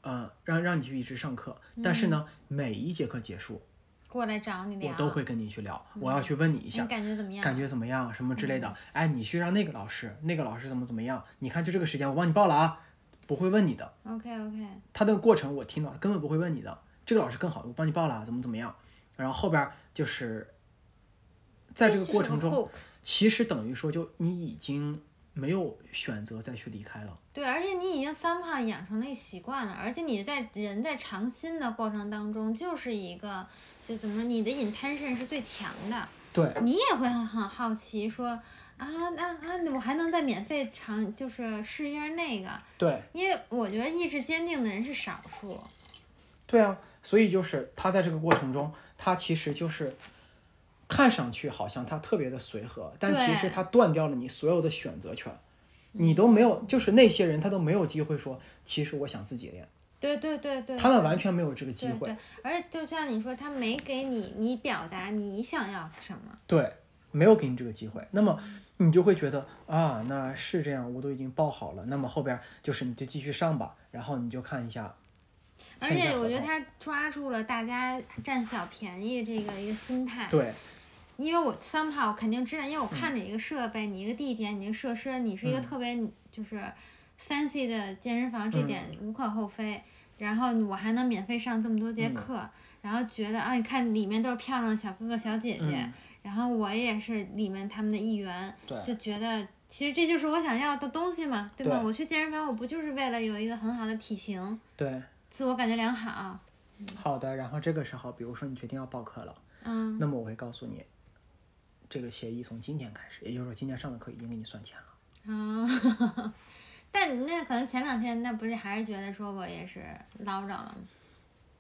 [SPEAKER 3] 呃，让让你去一直上课，
[SPEAKER 2] 嗯
[SPEAKER 3] 但是呢，每一节课结束。
[SPEAKER 2] 过来找你聊，嗯
[SPEAKER 3] 我都会跟你去聊，我要去问你一
[SPEAKER 2] 你嗯
[SPEAKER 3] 下，
[SPEAKER 2] 感觉怎么样？
[SPEAKER 3] 感觉怎么样，什么之类的。哎，你去让那个老师，那个老师怎么怎么样？你看，就这个时间，我帮你报了啊，不会问你的。
[SPEAKER 2] OK OK，
[SPEAKER 3] 他的过程我听到，根本不会问你的。这个老师更好，我帮你报了啊，怎么怎么样？然后后边儿就是，在这个过程
[SPEAKER 2] 就是
[SPEAKER 3] 中，
[SPEAKER 2] hook
[SPEAKER 3] 其实等于说，就你已经没有选择再去离开了。
[SPEAKER 2] 对，而且你已经 somehow 养成了一个习惯了，而且你在人在尝新的过程当中，就是一个就怎么说，你的 intention 是最强的，
[SPEAKER 3] 对，
[SPEAKER 2] 你也会很很好奇说啊那啊那我还能再免费尝，就是试一下那个，
[SPEAKER 3] 对，
[SPEAKER 2] 因为我觉得意志坚定的人是少数，
[SPEAKER 3] 对啊，所以就是他在这个过程中，他其实就是看上去好像他特别的随和，但其实
[SPEAKER 2] 对
[SPEAKER 3] 他断掉了你所有的选择权，你都没有，就是那些人他都没有机会说，其实我想自己练，
[SPEAKER 2] 对对对对，
[SPEAKER 3] 他们
[SPEAKER 2] 对
[SPEAKER 3] 完全没有这个机
[SPEAKER 2] 对
[SPEAKER 3] 会，
[SPEAKER 2] 对，而且就像你说，他没给你你表达你想要什么，
[SPEAKER 3] 对，没有给你这个机会，那么。你就会觉得啊，那是这样，我都已经报好了，那么后边就是你就继续上吧，然后你就看一下，
[SPEAKER 2] 而
[SPEAKER 3] 签一下
[SPEAKER 2] 且我
[SPEAKER 3] 合
[SPEAKER 2] 觉得
[SPEAKER 3] 同
[SPEAKER 2] 他抓住了大家占小便宜这个一个心态。
[SPEAKER 3] 对
[SPEAKER 2] 因为我 somehow 肯定知道，因为我看着一个设备，你一个地点，你一个设施，你是一个
[SPEAKER 3] 嗯
[SPEAKER 2] 特别就是 fancy 的健身房，这
[SPEAKER 3] 嗯
[SPEAKER 2] 点无可厚非。然后我还能免费上这么多节
[SPEAKER 3] 嗯
[SPEAKER 2] 课，然后觉得啊，你看里面都是漂亮的小哥哥小姐姐，
[SPEAKER 3] 嗯
[SPEAKER 2] 然后我也是里面他们的一员，
[SPEAKER 3] 对
[SPEAKER 2] 就觉得其实这就是我想要的东西嘛，对吗？
[SPEAKER 3] 对
[SPEAKER 2] 我去健身房，我不就是为了有一个很好的体型，
[SPEAKER 3] 对，
[SPEAKER 2] 自我感觉良好，
[SPEAKER 3] 好的。然后这个时候，比如说你决定要报课了，
[SPEAKER 2] 嗯，
[SPEAKER 3] 那么我会告诉你，这个协议从今天开始，也就是说今天上的课已经给你算钱了。
[SPEAKER 2] 啊， 但那可能前两天那不是还是觉得说我也是捞着了吗？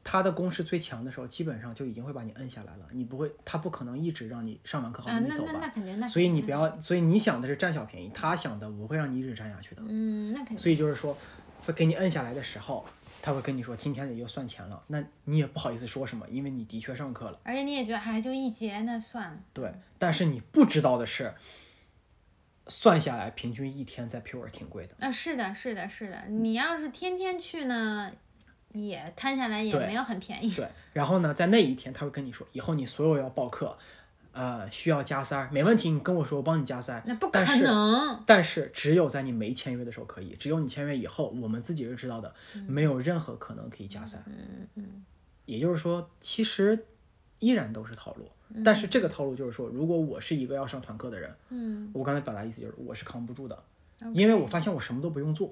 [SPEAKER 3] 他的攻势最强的时候，基本上就已经会把你摁下来了，你不会，他不可能一直让你上完课好
[SPEAKER 2] 啊，
[SPEAKER 3] 你
[SPEAKER 2] 那
[SPEAKER 3] 走
[SPEAKER 2] 那那
[SPEAKER 3] 吧。
[SPEAKER 2] 肯定，那
[SPEAKER 3] 所以
[SPEAKER 2] 肯
[SPEAKER 3] 你
[SPEAKER 2] 定
[SPEAKER 3] 不，要，所以你想的是占小便宜，他想的我会让你一直占下去的。
[SPEAKER 2] 嗯，那肯定，
[SPEAKER 3] 所以就是说，会给你摁下来的时候，他会跟你说今天也就算钱了，那你也不好意思说什么，因为你的确上课了。
[SPEAKER 2] 而且你也觉得哎，就一节那算了，
[SPEAKER 3] 对，但是你不知道的是，算下来平均一天在 Pure 挺 贵的。
[SPEAKER 2] 啊，是的，是的，是的，你要是天天去呢，也摊下来也
[SPEAKER 3] 对
[SPEAKER 2] 没有很便宜，
[SPEAKER 3] 对，然后呢，在那一天他会跟你说，以后你所有要报课，呃，需要加塞儿，没问题，你跟我说，我帮你加塞儿。
[SPEAKER 2] 那不可
[SPEAKER 3] 但是
[SPEAKER 2] 能，
[SPEAKER 3] 但是只有在你没签约的时候可以，只有你签约以后，我们自己是知道的，没有任何可能可以加塞。嗯嗯。也就是说，其实依然都是套路，但是这个套路就是说，如果我是一个要上团课的人，
[SPEAKER 2] 嗯
[SPEAKER 3] 我刚才表达意思就是我是扛不住的，因为我发现我什么都不用做。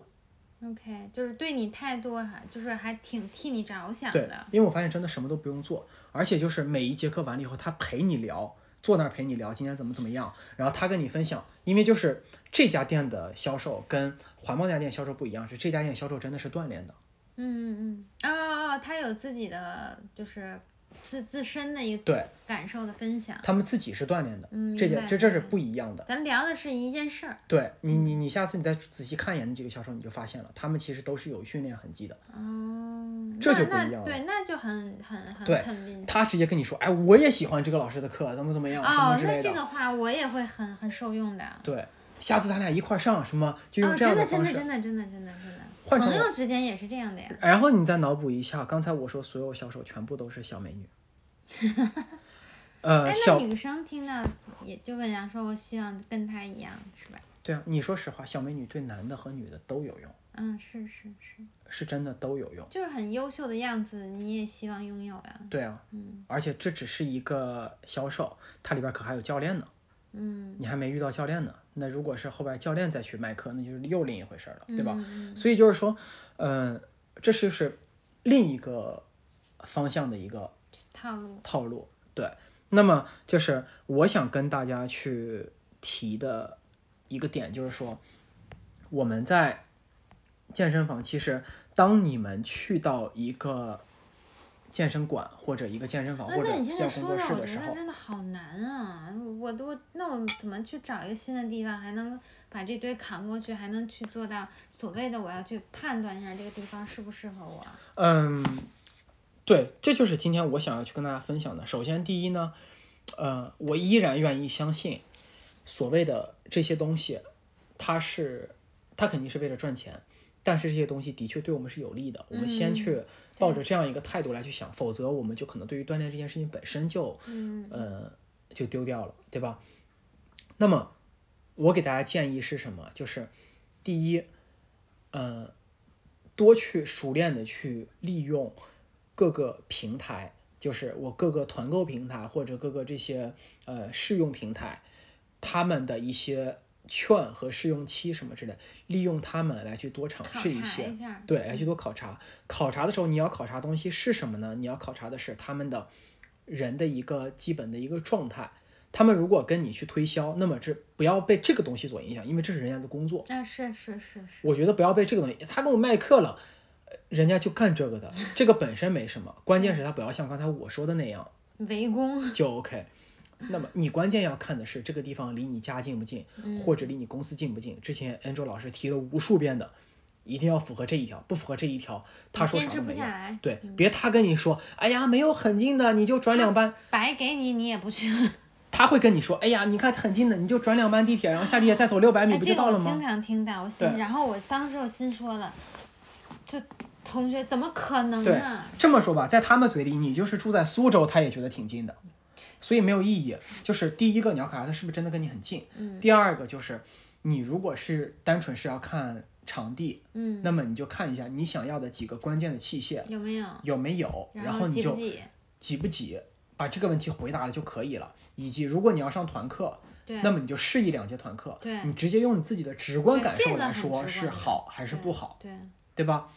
[SPEAKER 2] ，OK，就是对你态度还就是还挺替你着想
[SPEAKER 3] 对
[SPEAKER 2] 的，，
[SPEAKER 3] 因为我发现真的什么都不用做，而且就是每一节课完了以后，他陪你聊，坐那儿陪你聊今天怎么怎么样，然后他跟你分享，因为就是这家店的销售跟环贸那家店销售不一样，是这家店销售真的是锻炼的，
[SPEAKER 2] 嗯嗯嗯，哦哦哦，他有自己的就是自自身的一
[SPEAKER 3] 对
[SPEAKER 2] 个感受的分享。
[SPEAKER 3] 他们自己是锻炼的，
[SPEAKER 2] 嗯，嗯
[SPEAKER 3] 这
[SPEAKER 2] 明
[SPEAKER 3] 家
[SPEAKER 2] 白
[SPEAKER 3] 这这是
[SPEAKER 2] 明白
[SPEAKER 3] 不一样的。
[SPEAKER 2] 咱聊的是一件事儿，
[SPEAKER 3] 对你你你下次你再仔细看一眼那几个销售，你就发现了，他们其实都是有训练痕迹的。
[SPEAKER 2] 嗯，
[SPEAKER 3] 这
[SPEAKER 2] 那
[SPEAKER 3] 就不
[SPEAKER 2] 那
[SPEAKER 3] 一样
[SPEAKER 2] 对，那就很很很
[SPEAKER 3] 对
[SPEAKER 2] convince
[SPEAKER 3] 他直接跟你说，哎，我也喜欢这个老师的课，怎么怎么样，什么
[SPEAKER 2] 哦，
[SPEAKER 3] 之类
[SPEAKER 2] 那
[SPEAKER 3] 的。
[SPEAKER 2] 这个话我也会很很受用的。
[SPEAKER 3] 对，下次咱俩一块儿上什么，就
[SPEAKER 2] 哦，
[SPEAKER 3] 用这样
[SPEAKER 2] 真的，
[SPEAKER 3] 方式。
[SPEAKER 2] 真的，真的，真的，真的，真的，
[SPEAKER 3] 换成
[SPEAKER 2] 朋
[SPEAKER 3] 我
[SPEAKER 2] 友之间也是这样的呀。
[SPEAKER 3] 然后你再脑补一下，刚才我说所有小手全部都是小美 女，呃，
[SPEAKER 2] 哎，那
[SPEAKER 3] 小
[SPEAKER 2] 女生听到也就问啊，说我希望跟他一样，是吧？
[SPEAKER 3] 对啊，你说实话，小美女对男的和女的都有用，
[SPEAKER 2] 嗯，是是是，
[SPEAKER 3] 是真的都有用。
[SPEAKER 2] 就是很优秀的样子，你也希望拥有呀。
[SPEAKER 3] 对啊，
[SPEAKER 2] 嗯
[SPEAKER 3] 而且这只是一个销售，它里边可还有教练呢，
[SPEAKER 2] 嗯，
[SPEAKER 3] 你还没遇到教练呢。那如果是后边教练再去卖课，那就是又另一回事了，对吧？
[SPEAKER 2] 嗯？
[SPEAKER 3] 所以就是说，嗯、这就是另一个方向的一个
[SPEAKER 2] 嗯套路，
[SPEAKER 3] 套路。对，那么就是我想跟大家去提的一个点，就是说我们在健身房，其实当你们去到一个健身馆或者一个健身房
[SPEAKER 2] 那
[SPEAKER 3] 啊或者
[SPEAKER 2] 啊那你现在
[SPEAKER 3] 像工作
[SPEAKER 2] 说的，
[SPEAKER 3] 室
[SPEAKER 2] 我
[SPEAKER 3] 的
[SPEAKER 2] 觉
[SPEAKER 3] 时
[SPEAKER 2] 得
[SPEAKER 3] 候，
[SPEAKER 2] 真的好难啊！我都那我怎么去找一个新的地方，还能把这堆扛过去，还能去做到所谓的我要去判断一下这个地方适不适合我？
[SPEAKER 3] 嗯，对，这就是今天我想要去跟大家分享的。首先，第一呢，呃，我依然愿意相信所谓的这些东西，它是它肯定是为了赚钱，但是这些东西的确对我们是有利的。我们先
[SPEAKER 2] 嗯
[SPEAKER 3] 去抱着这样一个态度来去想，否则我们就可能对于锻炼这件事情本身就
[SPEAKER 2] 嗯
[SPEAKER 3] 呃就丢掉了，对吧？那么我给大家建议是什么？就是第一，呃，多去熟练的去利用各个平台，就是我各个团购平台或者各个这些呃试用平台，他们的一些券和试用期什么之类，利用他们来去多尝
[SPEAKER 2] 考
[SPEAKER 3] 哦试一
[SPEAKER 2] 察
[SPEAKER 3] 些。
[SPEAKER 2] 一下，
[SPEAKER 3] 对，来去多考察。考察的时候，你要考察东西是什么呢？你要考察的是他们的人的一个基本的一个状态。他们如果跟你去推销，那么这不要被这个东西所影响，因为这是人家的工作。
[SPEAKER 2] 啊，是是是是，
[SPEAKER 3] 我觉得不要被这个东西，他给我卖课了，呃人家就干这个的，这个本身没什么，关键是他不要像刚才我说的那样
[SPEAKER 2] 围攻，
[SPEAKER 3] 就 OK。那么你关键要看的是这个地方离你家近不近，
[SPEAKER 2] 嗯
[SPEAKER 3] 或者离你公司近不近。之前 Angel 老师提了无数遍的，一定要符合这一条，不符合这一条，他说
[SPEAKER 2] 坚
[SPEAKER 3] 啥
[SPEAKER 2] 持
[SPEAKER 3] 都
[SPEAKER 2] 不
[SPEAKER 3] 没
[SPEAKER 2] 下嗯
[SPEAKER 3] 用。
[SPEAKER 2] 来，
[SPEAKER 3] 对，别他跟你说，哎呀，没有很近的，你就转两班。
[SPEAKER 2] 白给你你也不去。
[SPEAKER 3] 他会跟你说，哎呀，你看很近的，你就转两班地铁，然后下地铁再走六百米
[SPEAKER 2] 哎，
[SPEAKER 3] 不就
[SPEAKER 2] 这个
[SPEAKER 3] 到
[SPEAKER 2] 我
[SPEAKER 3] 了
[SPEAKER 2] 经
[SPEAKER 3] 吗？
[SPEAKER 2] 常听到，我心，
[SPEAKER 3] 对
[SPEAKER 2] 然后我当时我心说了，就同学怎么可能
[SPEAKER 3] 对
[SPEAKER 2] 啊？
[SPEAKER 3] 这么说吧，在他们嘴里，你就是住在苏州，他也觉得挺近的，所以没有意义。就是第一个，你要考察他是不是真的跟你很近；
[SPEAKER 2] 嗯
[SPEAKER 3] 第二个就是，你如果是单纯是要看场地，
[SPEAKER 2] 嗯，
[SPEAKER 3] 那么你就看一下你想要的几个关键的器械
[SPEAKER 2] 有没有？
[SPEAKER 3] 有没有，然
[SPEAKER 2] 后
[SPEAKER 3] 你
[SPEAKER 2] 挤
[SPEAKER 3] 就
[SPEAKER 2] 不挤？
[SPEAKER 3] 挤不挤，把这个问题回答了就可以了。以及如果你要上团课，
[SPEAKER 2] 对
[SPEAKER 3] 那么嗯你就试一两节团课，
[SPEAKER 2] 对
[SPEAKER 3] 你直接用你自己的直观
[SPEAKER 2] 对
[SPEAKER 3] 感
[SPEAKER 2] 这
[SPEAKER 3] 受
[SPEAKER 2] 个
[SPEAKER 3] 来
[SPEAKER 2] 很直
[SPEAKER 3] 说
[SPEAKER 2] 观
[SPEAKER 3] 是
[SPEAKER 2] 的
[SPEAKER 3] 好还是不好，
[SPEAKER 2] 对，
[SPEAKER 3] 对吧？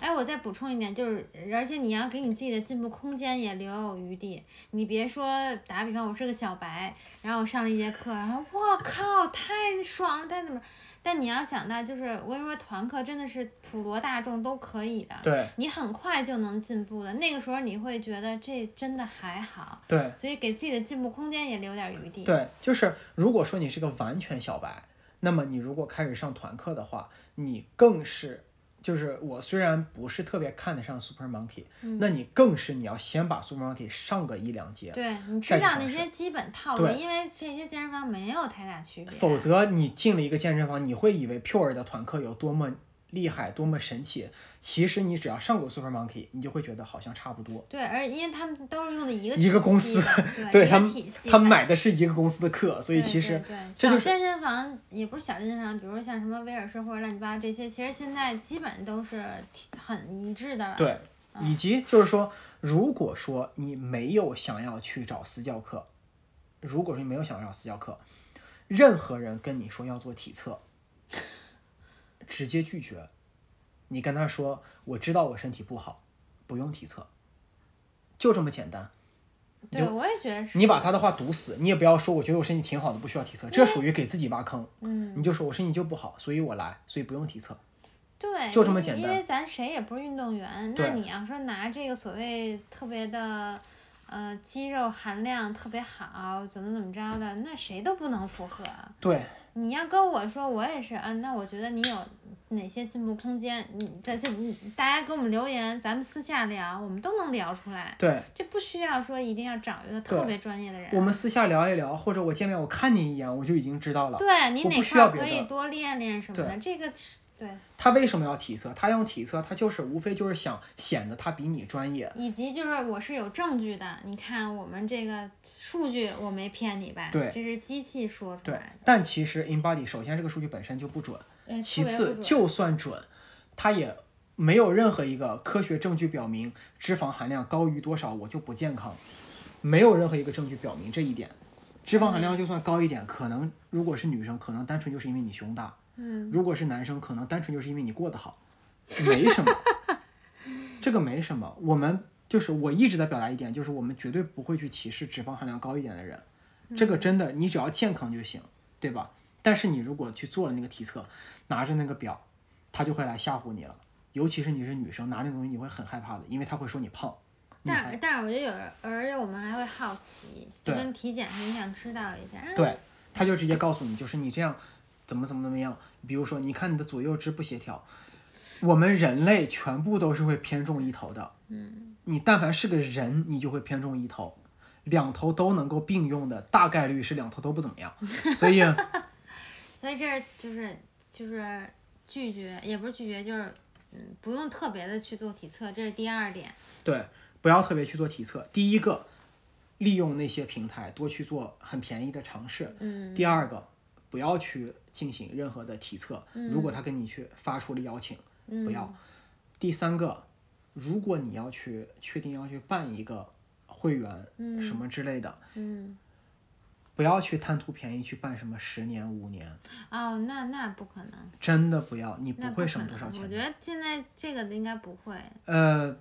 [SPEAKER 2] 哎，我再补充一点，就是而且你要给你自己的进步空间也留有余地，你别说打比方，我是个小白，然后我上了一节课，然后我靠，太爽了，太怎么？但你要想到，就是我跟你说，团课真的是普罗大众都可以的，
[SPEAKER 3] 对
[SPEAKER 2] 你很快就能进步的。那个时候你会觉得这真的还好，
[SPEAKER 3] 对
[SPEAKER 2] 所以给自己的进步空间也留点余地。
[SPEAKER 3] 对，就是如果说你是个完全小白，那么你如果开始上团课的话，你更是。就是我虽然不是特别看得上 Super Monkey，、那你更是你要先把 Super Monkey 上个一两节，
[SPEAKER 2] 对你知
[SPEAKER 3] 再去
[SPEAKER 2] 道
[SPEAKER 3] 尝
[SPEAKER 2] 那
[SPEAKER 3] 试
[SPEAKER 2] 些基本套路，
[SPEAKER 3] 对
[SPEAKER 2] 因为这些健身房没有太大区别。
[SPEAKER 3] 否则你进了一个健身房，你会以为 Pure 的团课有多么厉害、多么神奇。其实你只要上过 Super Monkey，你就会觉得好像差不多。
[SPEAKER 2] 对，而因为他们都是用的一个
[SPEAKER 3] 一个
[SPEAKER 2] 体
[SPEAKER 3] 公
[SPEAKER 2] 系
[SPEAKER 3] 司 对
[SPEAKER 2] 的对一
[SPEAKER 3] 他
[SPEAKER 2] 个
[SPEAKER 3] 们
[SPEAKER 2] 体系
[SPEAKER 3] 他
[SPEAKER 2] 的
[SPEAKER 3] 买的是一个公司的课，所以
[SPEAKER 2] 对
[SPEAKER 3] 其实
[SPEAKER 2] 对对
[SPEAKER 3] 这
[SPEAKER 2] 小
[SPEAKER 3] 就是
[SPEAKER 2] 健身房也不是小健身房，比如像什么威尔士或者乱七八糟这些，其实现在基本都是挺很一致的了。
[SPEAKER 3] 对，以及就是说，如果说你没有想要去找私教课，如果说你没有想要找私教课，任何人跟你说要做体测，直接拒绝。你跟他说，我知道我身体不好，不用体测，就这么简单。
[SPEAKER 2] 对，我也觉得是。
[SPEAKER 3] 你把他的话堵死，你也不要说我觉得我身体挺好的，不需要体测，这属于给自己挖坑。
[SPEAKER 2] 嗯，
[SPEAKER 3] 你就说我身体就不好，所以我来，所以不用体测。
[SPEAKER 2] 对，
[SPEAKER 3] 就这么
[SPEAKER 2] 因
[SPEAKER 3] 简
[SPEAKER 2] 因
[SPEAKER 3] 单
[SPEAKER 2] 为咱谁也不是运动员，那
[SPEAKER 3] 对
[SPEAKER 2] 你要说拿这个所谓特别的。呃，肌肉含量特别好，怎么怎么着的，那谁都不能符合。
[SPEAKER 3] 对，
[SPEAKER 2] 你要跟我说，我也是啊。那我觉得你有哪些进步空间？你在这，你大家给我们留言，咱们私下聊，我们都能聊出来。
[SPEAKER 3] 对，
[SPEAKER 2] 这不需要说一定要找一个特
[SPEAKER 3] 对
[SPEAKER 2] 别专业的人。
[SPEAKER 3] 我们私下聊一聊，或者我见面我看你一眼，我就已经知道了。
[SPEAKER 2] 对你
[SPEAKER 3] 我
[SPEAKER 2] 哪
[SPEAKER 3] 不需
[SPEAKER 2] 块
[SPEAKER 3] 要
[SPEAKER 2] 儿
[SPEAKER 3] 别
[SPEAKER 2] 可以
[SPEAKER 3] 的
[SPEAKER 2] 多练练什么的，这个是对，
[SPEAKER 3] 他为什么要体测？他用体测，他就是无非就是想显得他比你专业。
[SPEAKER 2] 以及就是我是有证据的，你看我们这个数据我没骗你吧？
[SPEAKER 3] 对
[SPEAKER 2] 这是机器说出
[SPEAKER 3] 对
[SPEAKER 2] 来，
[SPEAKER 3] 但其实 InBody 首先这个数据本身就不准，
[SPEAKER 2] 的，哎
[SPEAKER 3] 其
[SPEAKER 2] 特别
[SPEAKER 3] 次
[SPEAKER 2] 不准
[SPEAKER 3] 就算准，它也没有任何一个科学证据表明脂肪含量高于多少我就不健康，没有任何一个证据表明这一点。脂肪含
[SPEAKER 2] 嗯
[SPEAKER 3] 量就算高一点，可能如果是女生，可能单纯就是因为你胸大；
[SPEAKER 2] 嗯，
[SPEAKER 3] 如果是男生，可能单纯就是因为你过得好，没 什么，这个没什么。我们就是我一直在表达一点，就是我们绝对不会去歧视脂肪含量高一点的人，
[SPEAKER 2] 嗯
[SPEAKER 3] 这个真的，你只要健康就行，对吧？但是你如果去做了那个体测，拿着那个表，他就会来吓唬你了。尤其是你是女生，拿那个东西你会很害怕的，因为他会说你胖。你还
[SPEAKER 2] 但但是我觉得有人，而且我们还会好奇，就
[SPEAKER 3] 对
[SPEAKER 2] 跟体检似的，你想知道一下。啊
[SPEAKER 3] 对，他就直接告诉你，就是你这样怎么怎么怎么样。比如说，你看你的左右肢不协调，我们人类全部都是会偏重一头的。嗯，你但凡是个人，你就会偏重一头，两头都能够并用的，大概率是两头都不怎么样。所以
[SPEAKER 2] 所以这就是就是拒绝，也不是拒绝，就是嗯，不用特别的去做体测，这是第二点。
[SPEAKER 3] 对，不要特别去做体测。第一个，利用那些平台多去做很便宜的尝试。
[SPEAKER 2] 嗯，
[SPEAKER 3] 第二个，不要去进行任何的体测，
[SPEAKER 2] 嗯
[SPEAKER 3] 如果他跟你去发出了邀请，不要。第三个，如果你要去确定要去办一个会员
[SPEAKER 2] 嗯
[SPEAKER 3] 什么之类的，
[SPEAKER 2] 嗯，
[SPEAKER 3] 不要去贪图便宜去办什么十年五年，
[SPEAKER 2] 哦，那那不可能，
[SPEAKER 3] 真的不要，你
[SPEAKER 2] 那
[SPEAKER 3] 不会
[SPEAKER 2] 可
[SPEAKER 3] 省
[SPEAKER 2] 能。
[SPEAKER 3] 多少
[SPEAKER 2] 我
[SPEAKER 3] 钱
[SPEAKER 2] 觉
[SPEAKER 3] 的。
[SPEAKER 2] 得现在这个应该不会。
[SPEAKER 3] 呃，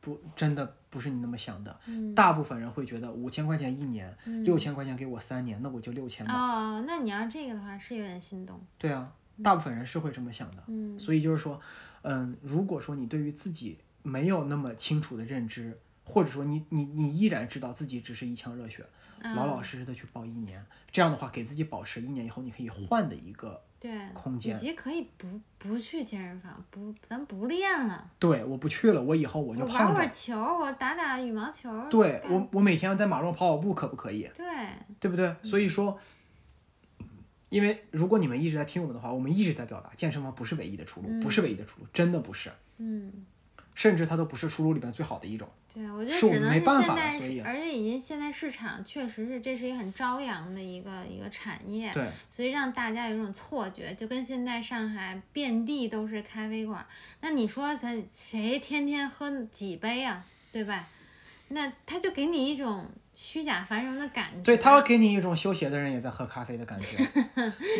[SPEAKER 3] 不，真的不是你那么想的。
[SPEAKER 2] 嗯
[SPEAKER 3] 大部分人会觉得五千块钱一年，
[SPEAKER 2] 嗯
[SPEAKER 3] 六千块钱给我三年，那我就六千吧。
[SPEAKER 2] 哦，那你要这个的话是有点心动。
[SPEAKER 3] 对啊，大部分人是会这么想的。
[SPEAKER 2] 嗯
[SPEAKER 3] 所以就是说，嗯，如果说你对于自己没有那么清楚的认知，或者说你你你依然知道自己只是一腔热血，
[SPEAKER 2] 嗯
[SPEAKER 3] 老老实实的去报一年，这样的话给自己保持一年以后你可以换的一个。
[SPEAKER 2] 对，
[SPEAKER 3] 空
[SPEAKER 2] 以
[SPEAKER 3] 间
[SPEAKER 2] 及可以不不去健身房，不咱不练了，
[SPEAKER 3] 对，我不去了，我以后我就
[SPEAKER 2] 我玩
[SPEAKER 3] 胖
[SPEAKER 2] 会儿
[SPEAKER 3] 了。
[SPEAKER 2] 球，我打打羽毛球。
[SPEAKER 3] 对
[SPEAKER 2] 干嗯
[SPEAKER 3] 我，我每天在马路上跑跑步，可不可以？
[SPEAKER 2] 对，
[SPEAKER 3] 对不对？所以说，因为如果你们一直在听我们的话，我们一直在表达，健身房不是唯一的出路，不是唯一的出路，真的不是，
[SPEAKER 2] 嗯，
[SPEAKER 3] 甚至它都不是出路里边最好的一种。
[SPEAKER 2] 对，我觉得
[SPEAKER 3] 是我
[SPEAKER 2] 只
[SPEAKER 3] 们
[SPEAKER 2] 能
[SPEAKER 3] 没
[SPEAKER 2] 是
[SPEAKER 3] 办
[SPEAKER 2] 现
[SPEAKER 3] 法了
[SPEAKER 2] 在
[SPEAKER 3] 所
[SPEAKER 2] 是
[SPEAKER 3] 以，
[SPEAKER 2] 而且已经现在市场确实是这是一个很朝阳的一个一个产业，
[SPEAKER 3] 对，
[SPEAKER 2] 所以让大家有一种错觉，就跟现在上海遍地都是咖啡馆儿，那你说谁谁天天喝几杯啊，对吧？那他就给你一种虚假繁荣的感觉。
[SPEAKER 3] 对，它会给你一种休闲的人也在喝咖啡的感 觉。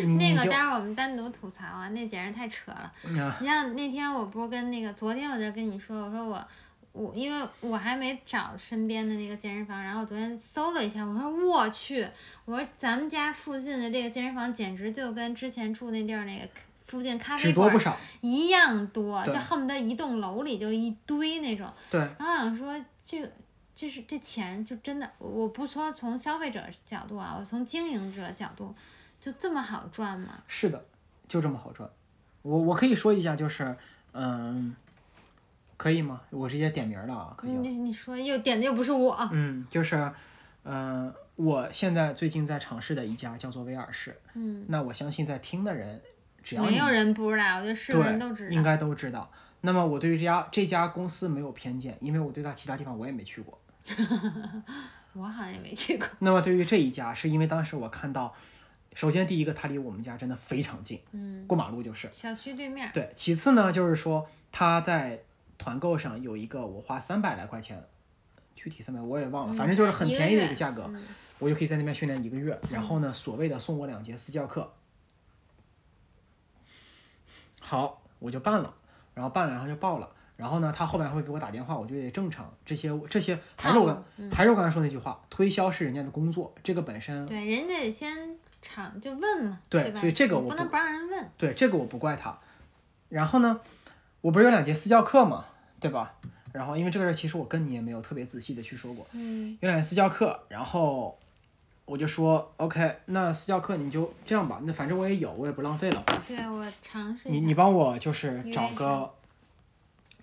[SPEAKER 3] 你
[SPEAKER 2] 那
[SPEAKER 3] 你
[SPEAKER 2] 个
[SPEAKER 3] 就
[SPEAKER 2] 待会儿我们单独吐槽啊，那简直太扯了。
[SPEAKER 3] 啊，
[SPEAKER 2] 你像那天我不是跟那个，昨天我在跟你说，我说我我因为我还没找身边的那个健身房，然后我昨天搜了一下，我说我去，我说咱们家附近的这个健身房简直就跟之前住那地儿那个附近咖啡
[SPEAKER 3] 只多
[SPEAKER 2] 馆
[SPEAKER 3] 不少。
[SPEAKER 2] 一样多，就
[SPEAKER 3] 对
[SPEAKER 2] 恨不得一栋楼里就一堆那种。
[SPEAKER 3] 对，
[SPEAKER 2] 然后我想说，这这是这钱就真的，我我不说从消费者角度啊，我从经营者角度，就这么好赚吗？
[SPEAKER 3] 是的，就这么好赚。我我可以说一下，就是嗯，可以吗？我直接点名儿了啊，可以
[SPEAKER 2] 你
[SPEAKER 3] 吗？
[SPEAKER 2] 你说又点的又不是 我，
[SPEAKER 3] 嗯，就是，嗯、我现在最近在尝试的一家叫做威尔士。
[SPEAKER 2] 嗯，
[SPEAKER 3] 那我相信在听的人，只要
[SPEAKER 2] 没
[SPEAKER 3] 你
[SPEAKER 2] 有人不知道，我觉得是人都知
[SPEAKER 3] 对，应
[SPEAKER 2] 道。
[SPEAKER 3] 该都知道。那么我对于这家这家公司没有偏见，因为我对它其他地方我也没去过。
[SPEAKER 2] 我好像也没去过，
[SPEAKER 3] 那么对于这一家，是因为当时我看到，首先第一个它离我们家真的非常近，
[SPEAKER 2] 嗯，
[SPEAKER 3] 过马路就是。
[SPEAKER 2] 小区对面儿，
[SPEAKER 3] 对，其次呢，就是说它在团购上有一个我花三百来块钱，具体三百我也忘了，
[SPEAKER 2] 嗯
[SPEAKER 3] 反正就是很
[SPEAKER 2] 一个
[SPEAKER 3] 便宜的
[SPEAKER 2] 月
[SPEAKER 3] 一个价格，
[SPEAKER 2] 嗯
[SPEAKER 3] 我就可以在那边训练一个月。然后呢，所谓的送我两节私教课，好，我就办了，然后办了，然后就报了。然后呢，他后面会给我打电话，我觉得也正常。这些这些还是我刚
[SPEAKER 2] 套路
[SPEAKER 3] 还是我刚才说那句话，推销是人家的工作，这个本身
[SPEAKER 2] 对，人家得先场就问嘛，
[SPEAKER 3] 嗯对
[SPEAKER 2] 吧？
[SPEAKER 3] 所以这个
[SPEAKER 2] 你
[SPEAKER 3] 我
[SPEAKER 2] 不能不让人问，
[SPEAKER 3] 对这个我不怪他。然后呢，我不是有两节私教课嘛，对吧？然后因为这个事儿其实我跟你也没有特别仔细的去说过，
[SPEAKER 2] 嗯
[SPEAKER 3] 有两节私教课，然后我就说 OK，那私教课你就这样吧，那反正我也有，我也不浪费了，
[SPEAKER 2] 对我尝试
[SPEAKER 3] 你
[SPEAKER 2] 一下，
[SPEAKER 3] 你帮我就是
[SPEAKER 2] 约
[SPEAKER 3] 找
[SPEAKER 2] 一
[SPEAKER 3] 个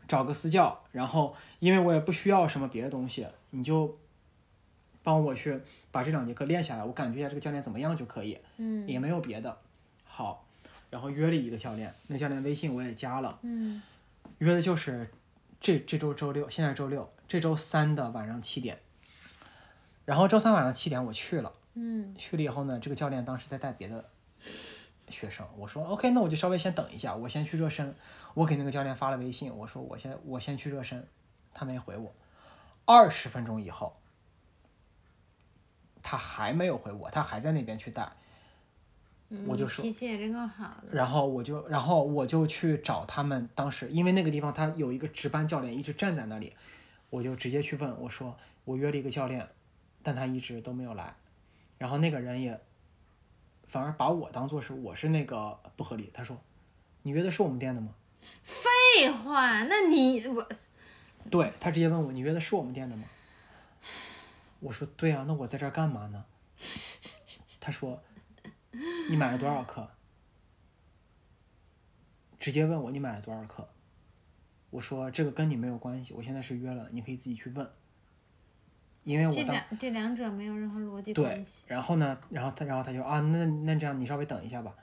[SPEAKER 3] 找个私教，然后因为我也不需要什么别的东西，你就帮我去把这两节课练下来，我感觉一下这个教练怎么样就可以。
[SPEAKER 2] 嗯
[SPEAKER 3] 也没有别的。好，然后约了一个教练，那教练微信我也加了，
[SPEAKER 2] 嗯
[SPEAKER 3] 约的就是这这周周六，现在周六，这周三的晚上七点。然后周三晚上七点我去了，
[SPEAKER 2] 嗯
[SPEAKER 3] 去了以后呢，这个教练当时在带别的学生，我说 OK，那我就稍微先等一下，我先去热身。我给那个教练发了微信，我说我先我先去热身，他没回我。二十分钟以后，他还没有回我，他还在那边去带。
[SPEAKER 2] 嗯，
[SPEAKER 3] 我就
[SPEAKER 2] 你
[SPEAKER 3] 说
[SPEAKER 2] 脾气也真够好的，
[SPEAKER 3] 然后我就，然后我就去找他们。当时因为那个地方他有一个值班教练一直站在那里，我就直接去问我说我约了一个教练，但他一直都没有来。然后那个人也反而把我当做是我是那个不合理。他说你约的是我们店的吗？
[SPEAKER 2] 废话，那你我
[SPEAKER 3] 对他直接问我你约的是我们店的吗？我说对啊，那我在这儿干嘛呢？ 他说你买了多少课？直接问我你买了多少课？我说这个跟你没有关系，我现在是约了，你可以自己去问。因为
[SPEAKER 2] 这
[SPEAKER 3] 我当
[SPEAKER 2] 两这两者没有任何逻辑
[SPEAKER 3] 对
[SPEAKER 2] 关系，，
[SPEAKER 3] 然后呢，然后他然后他就啊，那那这样你稍微等一下吧。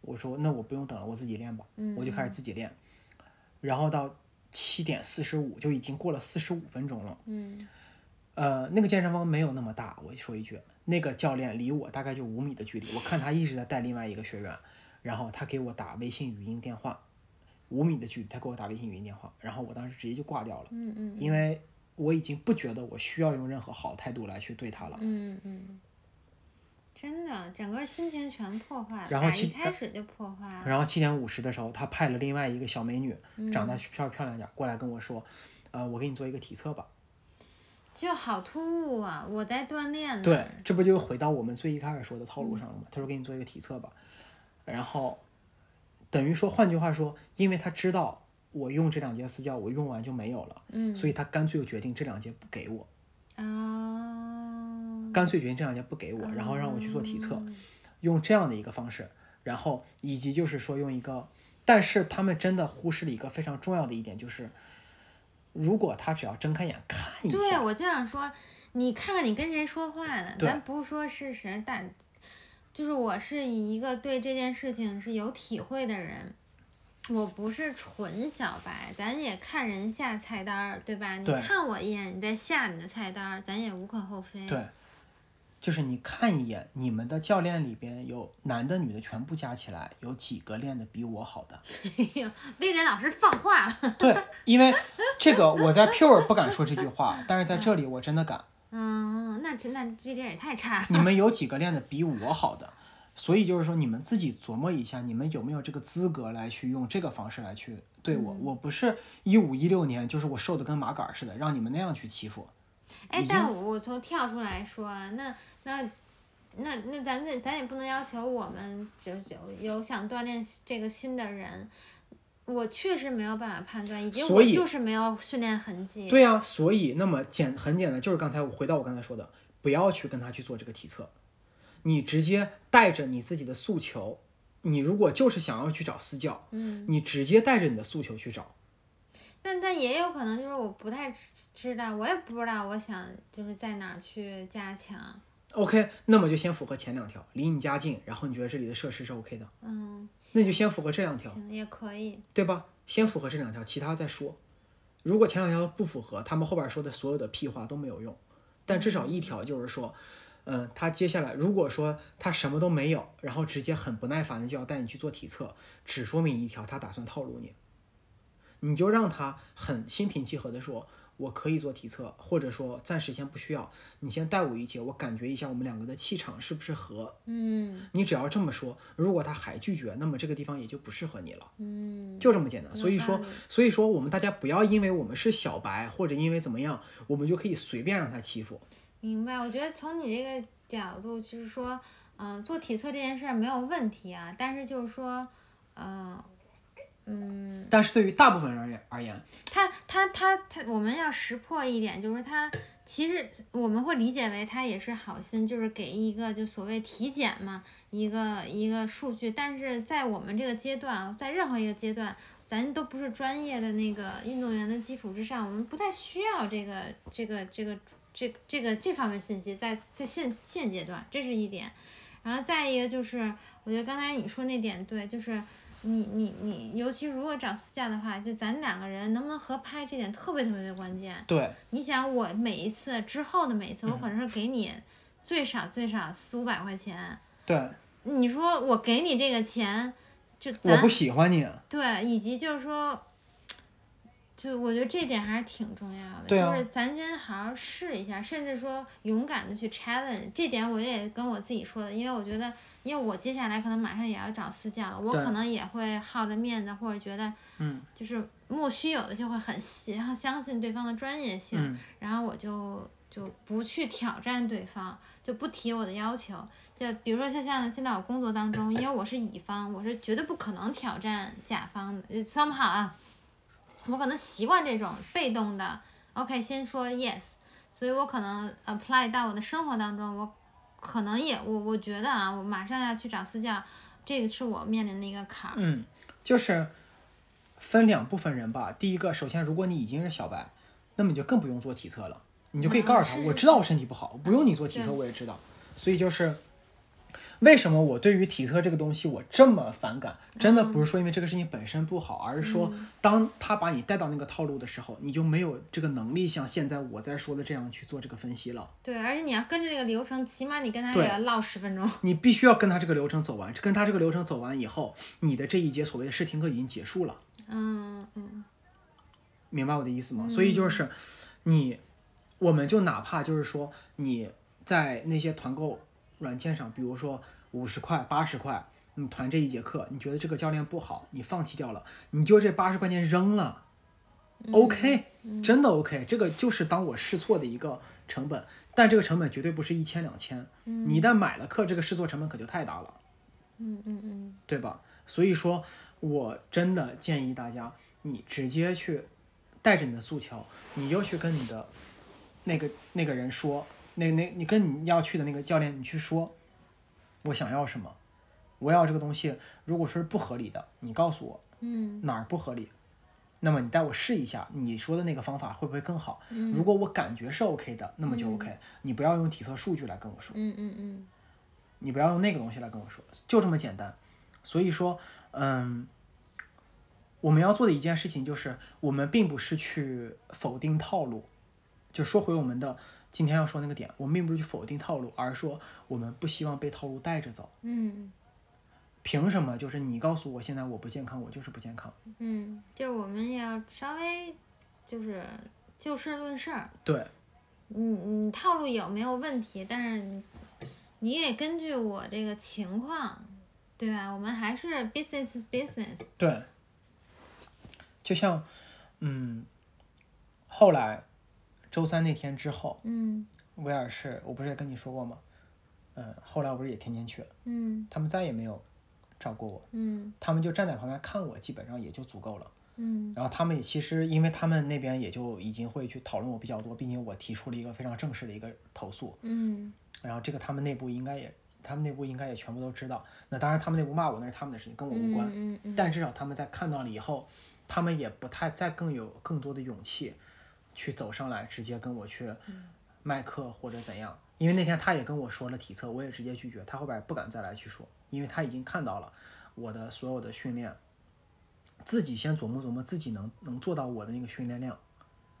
[SPEAKER 3] 我说那我不用等了，我自己练吧。
[SPEAKER 2] 嗯，
[SPEAKER 3] 我就开始自己练，然后到七点四十五就已经过了四十五分钟了。
[SPEAKER 2] 嗯
[SPEAKER 3] 呃，那个健身房没有那么大，我说一句，那个教练离我大概就五米的距离，我看他一直在带另外一个学员，然后他给我打微信语音电话，五米的距离他给我打微信语音电话，然后我当时直接就挂掉了，
[SPEAKER 2] 嗯嗯
[SPEAKER 3] 因为我已经不觉得我需要用任何好态度来去对他了。
[SPEAKER 2] 嗯嗯，真的，整个心情全破坏了，
[SPEAKER 3] 然后
[SPEAKER 2] 打
[SPEAKER 3] 其
[SPEAKER 2] 一开始就破坏了，
[SPEAKER 3] 然后七点五十的时候，他派了另外一个小美女，长
[SPEAKER 2] 嗯
[SPEAKER 3] 得漂漂亮点儿，过来跟我说，呃，我给你做一个体测吧。
[SPEAKER 2] 就好突兀啊！我在锻炼呢，
[SPEAKER 3] 对，这不就回到我们最一开始说的套路上了
[SPEAKER 2] 嗯
[SPEAKER 3] 吗？他说给你做一个体测吧，然后等于说，换句话说，因为他知道我用这两节私教，我用完就没有了，
[SPEAKER 2] 嗯
[SPEAKER 3] 所以他干脆就决定这两节不给我，
[SPEAKER 2] 啊，
[SPEAKER 3] 干脆决定这两节不给我，然后让我去做体测，用这样的一个方式，然后以及就是说用一个，但是他们真的忽视了一个非常重要的一点，就是如果他只要睁开眼看一
[SPEAKER 2] 对，啊
[SPEAKER 3] 下，
[SPEAKER 2] 我就想说，你看看你跟谁说话呢？
[SPEAKER 3] 对
[SPEAKER 2] 咱不是说是谁，但就是我是以一个对这件事情是有体会的人，我不是纯小白，咱也看人下菜单儿，对吧？你
[SPEAKER 3] 对
[SPEAKER 2] 看我一眼，你再下你的菜单儿，咱也无可厚非。
[SPEAKER 3] 对就是你看一眼，你们的教练里边有男的女的全部加起来，有几个练的比我好的？
[SPEAKER 2] 威廉老师放话了，
[SPEAKER 3] 对，因为这个我在 Pure 不敢说这句话，但是在这里我真的敢。
[SPEAKER 2] 嗯，那这那这点也太 差了。
[SPEAKER 3] 你们有几个练的比我好的？所以就是说，你们自己琢磨一下，你们有没有这个资格来去用这个方式来去对我？我不是一五一六年，就是我瘦的跟马杆儿似的，让你们那样去欺负。
[SPEAKER 2] 哎
[SPEAKER 3] 已，
[SPEAKER 2] 但
[SPEAKER 3] 经
[SPEAKER 2] 我我从跳出来说啊，那那那那咱这咱也不能要求我们就是有有想锻炼这个心的人，我确实没有办法判断，以及
[SPEAKER 3] 所
[SPEAKER 2] 我
[SPEAKER 3] 以
[SPEAKER 2] 就是没有训练痕迹。
[SPEAKER 3] 对呀、所以那么简很简单，就是刚才我回到我刚才说的，不要去跟他去做这个体测，你直接带着你自己的诉求，你如果就是想要去找私教，
[SPEAKER 2] 嗯，
[SPEAKER 3] 你直接带着你的诉求去找，
[SPEAKER 2] 但但也有可能就是我不太知知道，我也不知道我想就是在哪儿去加强。
[SPEAKER 3] OK，那么就先符合前两条，离你家近，然后你觉得这里的设施是 OK 的，
[SPEAKER 2] 嗯，
[SPEAKER 3] 那你就先符合这两条，
[SPEAKER 2] 行，也可以。
[SPEAKER 3] 对吧？先符合这两条，其他再说。如果前两条不符合，他们后边说的所有的屁话都没有用。但至少一条就是说，嗯，他接下来如果说他什么都没有，然后直接很不耐烦的就要带你去做体测，只说明一条，他打算套路你。你就让他很心平气和的说，我可以做体测，或者说暂时先不需要，你先带我一节，我感觉一下我们两个的气场是不是合。
[SPEAKER 2] 嗯
[SPEAKER 3] 你只要这么说，如果他还拒绝，那么这个地方也就不适合你了。
[SPEAKER 2] 嗯，
[SPEAKER 3] 就这么简单。所以
[SPEAKER 2] 有道
[SPEAKER 3] 说
[SPEAKER 2] 理，
[SPEAKER 3] 所以说我们大家不要因为我们是小白或者因为怎么样，我们就可以随便让他欺负。
[SPEAKER 2] 明白，我觉得从你这个角度，就是说，嗯、做体测这件事儿没有问题啊，但是就是说，呃，嗯，
[SPEAKER 3] 但是对于大部分人而言而言，
[SPEAKER 2] 他他他他，我们要识破一点，就是他其实我们会理解为他也是好心，就是给一个就所谓体检嘛，一个一个数据，但是在我们这个阶段啊，在任何一个阶段。咱都不是专业的那个运动员的基础之上，我们不太需要这个这个这个这这个这方面信息在在现现阶段，这是一点。然后再一个就是，我觉得刚才你说那点对，就是你你你，尤其如果找私教的话，就咱两个人能不能合拍，这点特别特别的关键。
[SPEAKER 3] 对，
[SPEAKER 2] 你想，我每一次之后的每一次，我可能是给你最少最少四五百块钱。
[SPEAKER 3] 对，
[SPEAKER 2] 你说我给你这个钱，就咱
[SPEAKER 3] 我不喜欢你，
[SPEAKER 2] 对，以及就是说，就我觉得这点还是挺重要的，
[SPEAKER 3] 对啊
[SPEAKER 2] 就是咱先好好试一下，甚至说勇敢的去 challenge。这点我也跟我自己说的，因为我觉得，因为我接下来可能马上也要找私教了，我
[SPEAKER 3] 对
[SPEAKER 2] 可能也会好着面子，或者觉得
[SPEAKER 3] 嗯
[SPEAKER 2] 就是莫须有的就会很信，然后相信对方的专业性，
[SPEAKER 3] 嗯，
[SPEAKER 2] 然后我就就不去挑战对方，就不提我的要求。就比如说，就像现在我工作当中，因为我是乙方，我是绝对不可能挑战甲方的。呃 somehow 啊，我可能习惯这种被动的，OK，先说 yes，所以我可能 apply 到我的生活当中，我可能也我我觉得啊，我马上要去找私教，这个是我面临的一个坎儿。
[SPEAKER 3] 嗯，就是分两部分人吧。第一个，首先如果你已经是小白，那么你就更不用做体测了，你就可以
[SPEAKER 2] 嗯
[SPEAKER 3] 告诉他，
[SPEAKER 2] 是
[SPEAKER 3] 我
[SPEAKER 2] 是
[SPEAKER 3] 知道我身体不好，不用你做体测，
[SPEAKER 2] 对
[SPEAKER 3] 我也知道。所以就是为什么我对于体测这个东西我这么反感，真的不
[SPEAKER 2] 啊
[SPEAKER 3] 是说因为这个事情本身不好，而是
[SPEAKER 2] 嗯
[SPEAKER 3] 说当他把你带到那个套路的时候，你就没有这个能力像现在我在说的这样去做这个分析了。
[SPEAKER 2] 对，而且你要跟着这个流程，起码你跟他
[SPEAKER 3] 对
[SPEAKER 2] 也要唠十分钟。
[SPEAKER 3] 你必须要跟他这个流程走完，跟他这个流程走完以后，你的这一节所谓的试听课已经结束了。
[SPEAKER 2] 嗯嗯，
[SPEAKER 3] 明白我的意思吗？所以就是你，我们就哪怕就是说你在那些团购软件上，比如说五十块、八十块，你团这一节课，你觉得这个教练不好，你放弃掉了，你就这八十块钱扔了、o k 真的 OK，这个就是当我试错的一个成本，但这个成本绝对不是一千两千，你一旦买了课，这个试错成本可就太大了。
[SPEAKER 2] 嗯嗯嗯，
[SPEAKER 3] 对吧？所以说，我真的建议大家，你直接去带着你的诉求，你就去跟你的那个那个人说，那那你跟你要去的那个教练，你去说，我想要什么，我要这个东西，如果说是不合理的，你告诉我，嗯，哪儿不合理。那么你带我试一下，你说的那个方法会不会更好？如果我感觉是 OK 的，那么就 OK。你不要用体测数据来跟我说。
[SPEAKER 2] 嗯嗯嗯，
[SPEAKER 3] 你不要用那个东西来跟我说，就这么简单。所以说，嗯，我们要做的一件事情就是，我们并不是去否定套路。就说回我们的今天要说那个点，我们并不是去否定套路，而是说我们不希望被套路带着走。
[SPEAKER 2] 嗯
[SPEAKER 3] 凭什么？就是你告诉我现在我不健康，我就是不健康。
[SPEAKER 2] 嗯，就我们要稍微就是就事论事儿。
[SPEAKER 3] 对，
[SPEAKER 2] 你你套路有没有问题？但是你你也根据我这个情况，对吧？我们还是 business is business。
[SPEAKER 3] 对，就像，嗯，后来周三那天之后，
[SPEAKER 2] 嗯
[SPEAKER 3] 威尔士，我不是也跟你说过吗？嗯，后来我不是也天天去，
[SPEAKER 2] 嗯
[SPEAKER 3] 他们再也没有找过我，
[SPEAKER 2] 嗯
[SPEAKER 3] 他们就站在旁边看我，基本上也就足够了。
[SPEAKER 2] 嗯
[SPEAKER 3] 然后他们也其实，因为他们那边也就已经会去讨论我比较多，毕竟我提出了一个非常正式的一个投诉，
[SPEAKER 2] 嗯
[SPEAKER 3] 然后这个他们内部应该也，他们内部应该也全部都知道。那当然，他们内部骂我那是他们的事情，跟我无关。
[SPEAKER 2] 嗯嗯
[SPEAKER 3] 但至少他们在看到了以后，他们也不太再更有更多的勇气去走上来，直接跟我去
[SPEAKER 2] 嗯
[SPEAKER 3] 卖课或者怎样。因为那天他也跟我说了体测，我也直接拒绝，他后边也不敢再来去说，因为他已经看到了我的所有的训练，自己先琢磨琢磨自己能能做到我的那个训练量，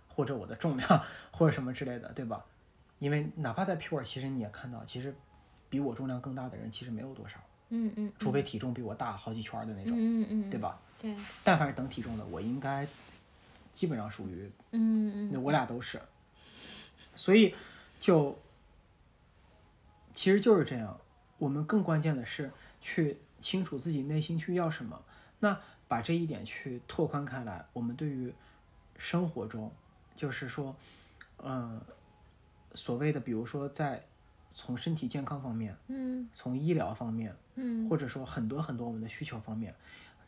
[SPEAKER 3] 或者我的重量或者什么之类的，对吧？因为哪怕在 Pure，其实你也看到，其实比我重量更大的人其实没有多少，
[SPEAKER 2] 嗯嗯
[SPEAKER 3] 除非体重比我大好几圈儿的那种，
[SPEAKER 2] 嗯嗯
[SPEAKER 3] 对吧？
[SPEAKER 2] 对，
[SPEAKER 3] 但凡是等体重的，我应该基本上属于
[SPEAKER 2] 嗯嗯
[SPEAKER 3] 那我俩都是，所以就其实就是这样。我们更关键的是去清楚自己内心去要什么，那把这一点去拓宽开来。我们对于生活中，就是说，嗯，所谓的比如说在从身体健康方面，
[SPEAKER 2] 嗯
[SPEAKER 3] 从医疗方面，
[SPEAKER 2] 嗯
[SPEAKER 3] 或者说很多很多我们的需求方面，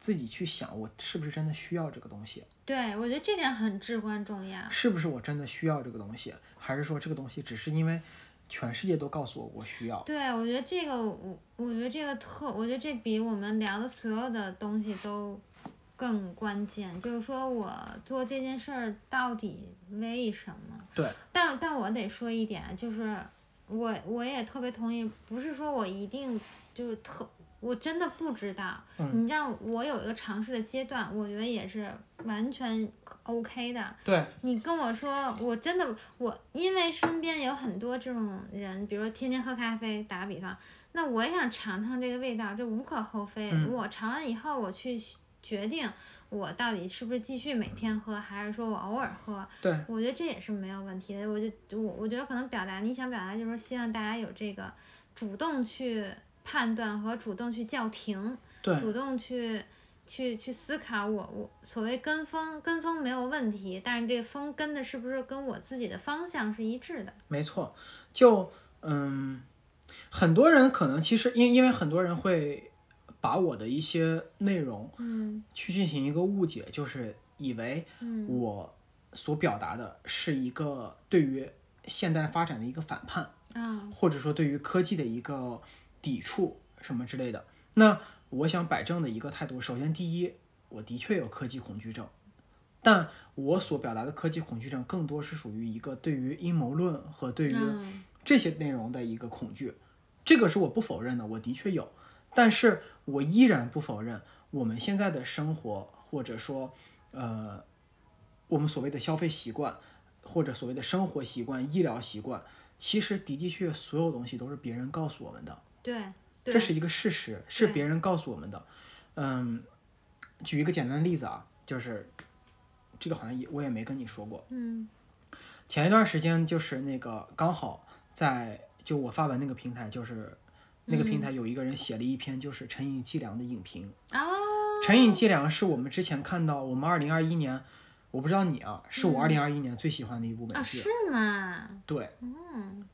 [SPEAKER 3] 自己去想我是不是真的需要这个东西，
[SPEAKER 2] 对，我觉得这点很至关重要。
[SPEAKER 3] 是不是我真的需要这个东西，还是说这个东西只是因为全世界都告诉我我需要？
[SPEAKER 2] 对，我觉得这个我我觉得这个特，我觉得这比我们聊的所有的东西都更关键。就是说我做这件事儿到底为什么？
[SPEAKER 3] 对，
[SPEAKER 2] 但但我得说一点啊，就是我我也特别同意，不是说我一定就是特，我真的不知道。
[SPEAKER 3] 嗯
[SPEAKER 2] 你让我有一个尝试的阶段，我觉得也是完全 OK 的。
[SPEAKER 3] 对，
[SPEAKER 2] 你跟我说，我真的我因为身边有很多这种人，比如说天天喝咖啡，打个比方，那我也想尝尝这个味道，这无可厚非。
[SPEAKER 3] 嗯
[SPEAKER 2] 我尝完以后，我去决定我到底是不是继续每天喝，还是说我偶尔喝。
[SPEAKER 3] 对，
[SPEAKER 2] 我觉得这也是没有问题的。我就我我觉得可能表达你想表达就是说，希望大家有这个主动去判断和主动去叫停，
[SPEAKER 3] 对，
[SPEAKER 2] 主动去去去思考我我所谓跟风，跟风没有问题，但是这个风跟的是不是跟我自己的方向是一致的？
[SPEAKER 3] 没错，就嗯，很多人可能其实因因为很多人会把我的一些内容
[SPEAKER 2] 嗯
[SPEAKER 3] 去进行一个误解，就是以为
[SPEAKER 2] 嗯
[SPEAKER 3] 我所表达的是一个对于现代发展的一个反叛，
[SPEAKER 2] 啊
[SPEAKER 3] 或者说对于科技的一个抵触什么之类的。那我想摆正的一个态度，首先第一，我的确有科技恐惧症，但我所表达的科技恐惧症更多是属于一个对于阴谋论和对于
[SPEAKER 2] 嗯
[SPEAKER 3] 这些内容的一个恐惧，这个是我不否认的，我的确有，但是我依然不否认我们现在的生活，或者说，呃，我们所谓的消费习惯，或者所谓的生活习惯、医疗习惯，其实的的确确所有东西都是别人告诉我们的，
[SPEAKER 2] 对
[SPEAKER 3] 这
[SPEAKER 2] 对
[SPEAKER 3] 是一个事实，是
[SPEAKER 2] 对
[SPEAKER 3] 别人告诉我们的。嗯，举一个简单的例子啊，就是这个好像也我也没跟你说过，
[SPEAKER 2] 嗯
[SPEAKER 3] 前一段时间就是那个刚好在就我发文那个平台，就是那
[SPEAKER 2] 嗯
[SPEAKER 3] 个平台有一个人写了一篇就是陈寅季良的影评。
[SPEAKER 2] 哦
[SPEAKER 3] 陈寅季良是我们之前看到我们二零二一年，我不知道你啊，是我二零二一年最喜欢的一部美
[SPEAKER 2] 啊
[SPEAKER 3] 剧。
[SPEAKER 2] 是吗？
[SPEAKER 3] 对
[SPEAKER 2] 嗯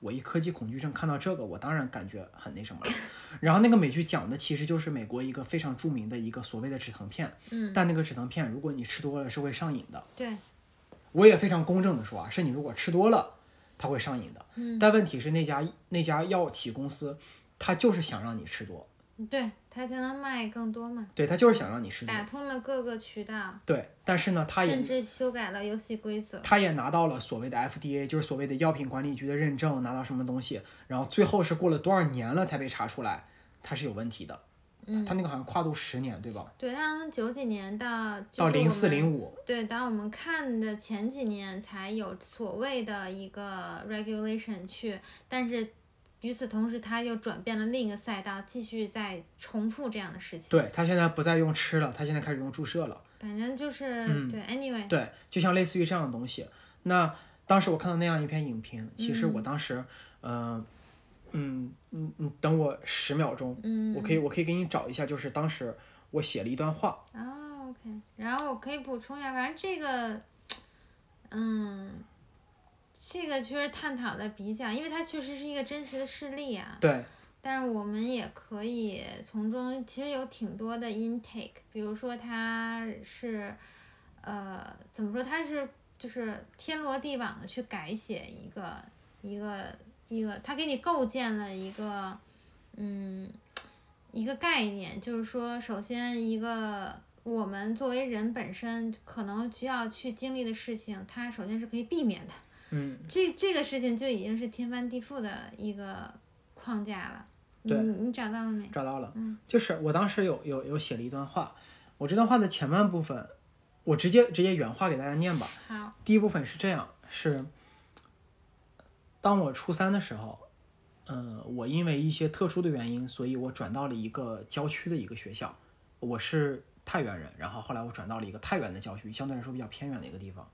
[SPEAKER 3] 我一科技恐惧症看到这个，我当然感觉很那什么了。然后那个美剧讲的其实就是美国一个非常著名的一个所谓的止疼片，
[SPEAKER 2] 嗯
[SPEAKER 3] 但那个止疼片如果你吃多了是会上瘾的。
[SPEAKER 2] 对
[SPEAKER 3] 我也非常公正的说啊，是你如果吃多了，它会上瘾的。
[SPEAKER 2] 嗯
[SPEAKER 3] 但问题是那家那家药企公司，它就是想让你吃多，
[SPEAKER 2] 对，它才能卖更多嘛。
[SPEAKER 3] 对，它就是想让你吃多，
[SPEAKER 2] 打通了各个渠道，
[SPEAKER 3] 对。但是呢，它
[SPEAKER 2] 甚
[SPEAKER 3] 也
[SPEAKER 2] 至修改了游戏规则。
[SPEAKER 3] 它也拿到了所谓的 FDA，就是所谓的药品管理局的认证，拿到什么东西，然后最后是过了多少年了才被查出来，它是有问题的。
[SPEAKER 2] 嗯
[SPEAKER 3] 它那个好像跨度十年，对吧？
[SPEAKER 2] 对，它从九几年到就是
[SPEAKER 3] 到
[SPEAKER 2] 我
[SPEAKER 3] 零四
[SPEAKER 2] 们
[SPEAKER 3] 零五，
[SPEAKER 2] 对，当我们看的前几年才有所谓的一个 regulation 去，但是与此同时，它又转变了另一个赛道，继续在重复这样的事情。
[SPEAKER 3] 对，它现在不再用吃了，它现在开始用注射了。
[SPEAKER 2] 反正就是、
[SPEAKER 3] 嗯
[SPEAKER 2] 对，anyway，
[SPEAKER 3] 对，就像类似于这样的东西。那当时我看到那样一篇影评，其实我
[SPEAKER 2] 嗯
[SPEAKER 3] 当时，呃，嗯嗯嗯，等我十秒钟，
[SPEAKER 2] 嗯，
[SPEAKER 3] 我可以我可以给你找一下，就是当时我写了一段话，
[SPEAKER 2] 哦，OK，然后我可以补充一下，反正这个，嗯，这个确实探讨的比较，因为它确实是一个真实的事例啊。
[SPEAKER 3] 对
[SPEAKER 2] 但是我们也可以从中，其实有挺多的 intake，比如说他是，呃，怎么说，他是就是天罗地网的去改写一个一个一个，他给你构建了一个，嗯，一个概念，就是说，首先一个我们作为人本身可能需要去经历的事情，它首先是可以避免的。
[SPEAKER 3] 嗯，
[SPEAKER 2] 这这个事情就已经是天翻地覆的一个框架了。你
[SPEAKER 3] 对
[SPEAKER 2] 你找到了没？
[SPEAKER 3] 找到了，
[SPEAKER 2] 嗯，
[SPEAKER 3] 就是我当时有有有写了一段话，我这段话的前半部分，我直接直接原话给大家念吧。
[SPEAKER 2] 好，
[SPEAKER 3] 第一部分是这样，是当我初三的时候，嗯、我因为一些特殊的原因，所以我转到了一个郊区的一个学校。我是太原人，然后后来我转到了一个太原的郊区，相对来说比较偏远的一个地方。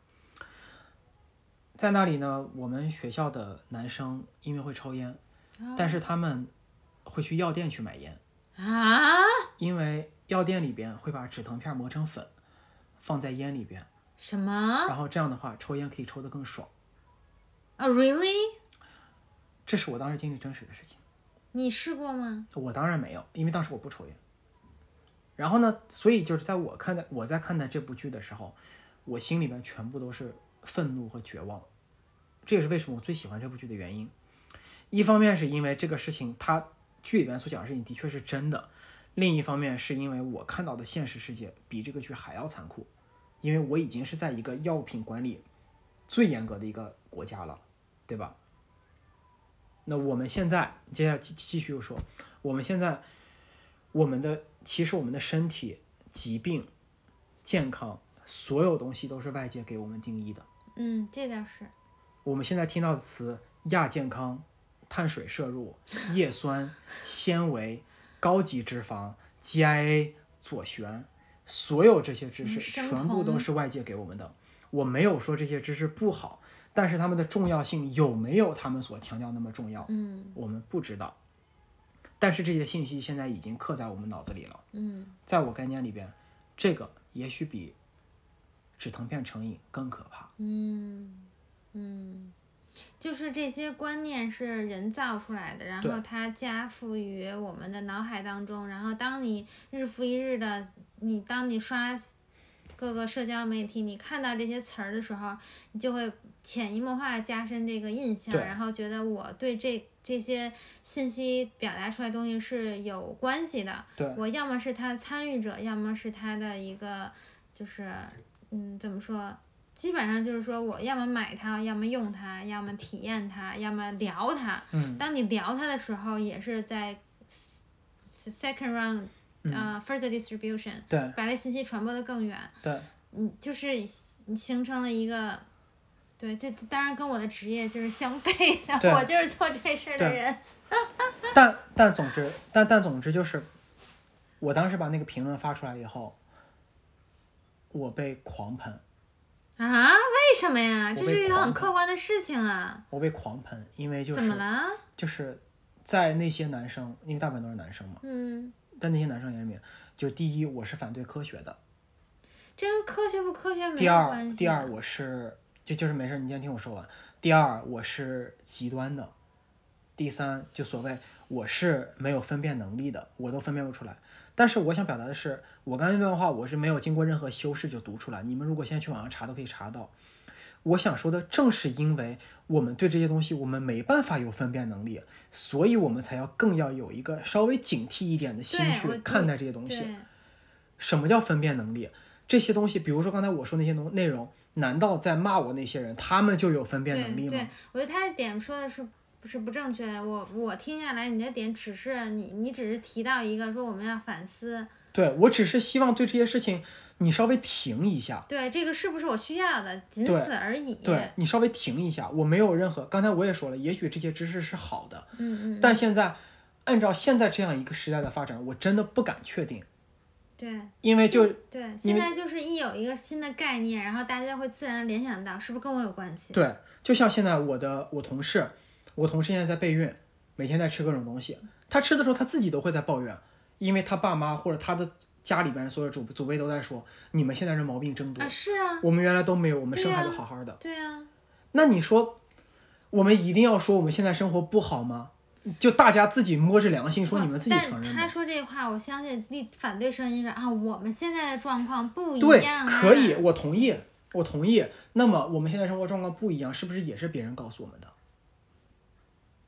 [SPEAKER 3] 在那里呢，我们学校的男生因为会抽烟，但是他们会去药店去买烟，
[SPEAKER 2] 啊，
[SPEAKER 3] 因为药店里边会把止疼片磨成粉，放在烟里边，
[SPEAKER 2] 什么
[SPEAKER 3] 然后这样的话抽烟可以抽得更爽。
[SPEAKER 2] 啊？Really？
[SPEAKER 3] 这是我当时经历真实的事情。
[SPEAKER 2] 你试过吗？
[SPEAKER 3] 我当然没有，因为当时我不抽烟。然后呢，所以就是在我看待我在看待这部剧的时候，我心里边全部都是愤怒和绝望。这也是为什么我最喜欢这部剧的原因。一方面是因为这个事情，它剧里边所讲的事情的确是真的；另一方面是因为我看到的现实世界比这个剧还要残酷，因为我已经是在一个药品管理最严格的一个国家了，对吧？那我们现在接下来继继续又说，我们现在我们的其实我们的身体、疾病、健康，所有东西都是外界给我们定义的。
[SPEAKER 2] 嗯，这倒是，
[SPEAKER 3] 我们现在听到的词亚健康、碳水摄入、叶酸、纤维、高级脂肪、GIA、左旋，所有这些知识
[SPEAKER 2] 嗯生
[SPEAKER 3] 全部都
[SPEAKER 2] 酮
[SPEAKER 3] 是外界给我们的。我没有说这些知识不好，但是它们的重要性有没有他们所强调那么重要，
[SPEAKER 2] 嗯
[SPEAKER 3] 我们不知道。但是这些信息现在已经刻在我们脑子里了。
[SPEAKER 2] 嗯
[SPEAKER 3] 在我概念里边，这个也许比止疼片成瘾更可怕。
[SPEAKER 2] 嗯嗯，就是这些观念是人造出来的，然
[SPEAKER 3] 对
[SPEAKER 2] 后它加附于我们的脑海当中，然后当你日复一日的，你当你刷各个社交媒体，你看到这些词儿的时候，你就会潜移默化地加深这个印象，
[SPEAKER 3] 对
[SPEAKER 2] 然后觉得我对这这些信息表达出来的东西是有关系的。
[SPEAKER 3] 对
[SPEAKER 2] 我要么是他的参与者，要么是他的一个，就是嗯，怎么说？基本上就是说我要么买它，要么用它，要么体验它，要么聊它。
[SPEAKER 3] 嗯
[SPEAKER 2] 当你聊它的时候，也是在 s- second round，
[SPEAKER 3] 嗯，
[SPEAKER 2] 呃、further distribution，
[SPEAKER 3] 对
[SPEAKER 2] 把这信息传播的更远。
[SPEAKER 3] 对，
[SPEAKER 2] 嗯，就是你形成了一个，对，这当然跟我的职业就是相悖的，
[SPEAKER 3] 对
[SPEAKER 2] 我就是做这事儿的
[SPEAKER 3] 对
[SPEAKER 2] 人。
[SPEAKER 3] 但但总之，但但总之就是，我当时把那个评论发出来以后，我被狂喷，
[SPEAKER 2] 啊？为什么呀？
[SPEAKER 3] 我
[SPEAKER 2] 这
[SPEAKER 3] 被
[SPEAKER 2] 是一个
[SPEAKER 3] 狂
[SPEAKER 2] 很
[SPEAKER 3] 喷
[SPEAKER 2] 客观的事情啊！
[SPEAKER 3] 我被狂喷，因为就
[SPEAKER 2] 怎么
[SPEAKER 3] 是
[SPEAKER 2] 了？
[SPEAKER 3] 就是在那些男生，因为大部分都是男生嘛，
[SPEAKER 2] 嗯，
[SPEAKER 3] 但那些男生眼里面，就第一我是反对科学的，
[SPEAKER 2] 这跟科学不科学没
[SPEAKER 3] 第
[SPEAKER 2] 有
[SPEAKER 3] 二
[SPEAKER 2] 关系。
[SPEAKER 3] 第二，我是就就是没事，你先听我说完。第二我是极端的，第三就所谓我是没有分辨能力的，我都分辨不出来。但是我想表达的是，我刚才那段话我是没有经过任何修饰就读出来，你们如果现在去网上查都可以查到。我想说的正是因为我们对这些东西我们没办法有分辨能力，所以我们才要更要有一个稍微警惕一点的心
[SPEAKER 2] 对我
[SPEAKER 3] 去看
[SPEAKER 2] 你
[SPEAKER 3] 待这些东西。
[SPEAKER 2] 对，
[SPEAKER 3] 什么叫分辨能力？这些东西，比如说刚才我说那些东内容，难道在骂我那些人，他们就有分辨能力
[SPEAKER 2] 对对
[SPEAKER 3] 吗？，
[SPEAKER 2] 我觉得他的点说的是不是不正确的？我我听下来，你的点只是你你只是提到一个说我们要反思，
[SPEAKER 3] 对我只是希望对这些事情，你稍微停一下，
[SPEAKER 2] 对这个是不是我需要的，仅
[SPEAKER 3] 对
[SPEAKER 2] 此而已。
[SPEAKER 3] 对你稍微停一下。我没有任何，刚才我也说了，也许这些知识是好的，
[SPEAKER 2] 嗯嗯，
[SPEAKER 3] 但现在按照现在这样一个时代的发展，我真的不敢确定，
[SPEAKER 2] 对
[SPEAKER 3] 因为就
[SPEAKER 2] 对，现在就是一有一个新的概念，然后大家会自然地联想到是不是跟我有关系？
[SPEAKER 3] 对，就像现在我的我同事，我同事现在在备孕，每天在吃各种东西。他吃的时候他自己都会在抱怨，因为他爸妈或者他的家里边所有祖祖辈都在说，你们现在这毛病真多
[SPEAKER 2] 啊，，是啊，
[SPEAKER 3] 我们原来都没有，我们
[SPEAKER 2] 对
[SPEAKER 3] 生孩子
[SPEAKER 2] 呀
[SPEAKER 3] 好好的。
[SPEAKER 2] 对啊，
[SPEAKER 3] 那你说，我们一定要说我们现在生活不好吗？就大家自己摸着良心说，
[SPEAKER 2] 不
[SPEAKER 3] 你们自己承
[SPEAKER 2] 但
[SPEAKER 3] 认
[SPEAKER 2] 他
[SPEAKER 3] 吧。
[SPEAKER 2] 说这话，我相信立反对声音是啊，我们现在的状况不一
[SPEAKER 3] 对
[SPEAKER 2] 样、，啊，
[SPEAKER 3] 可以，我同意，我同意。那么我们现在生活状况不一样，是不是也是别人告诉我们的？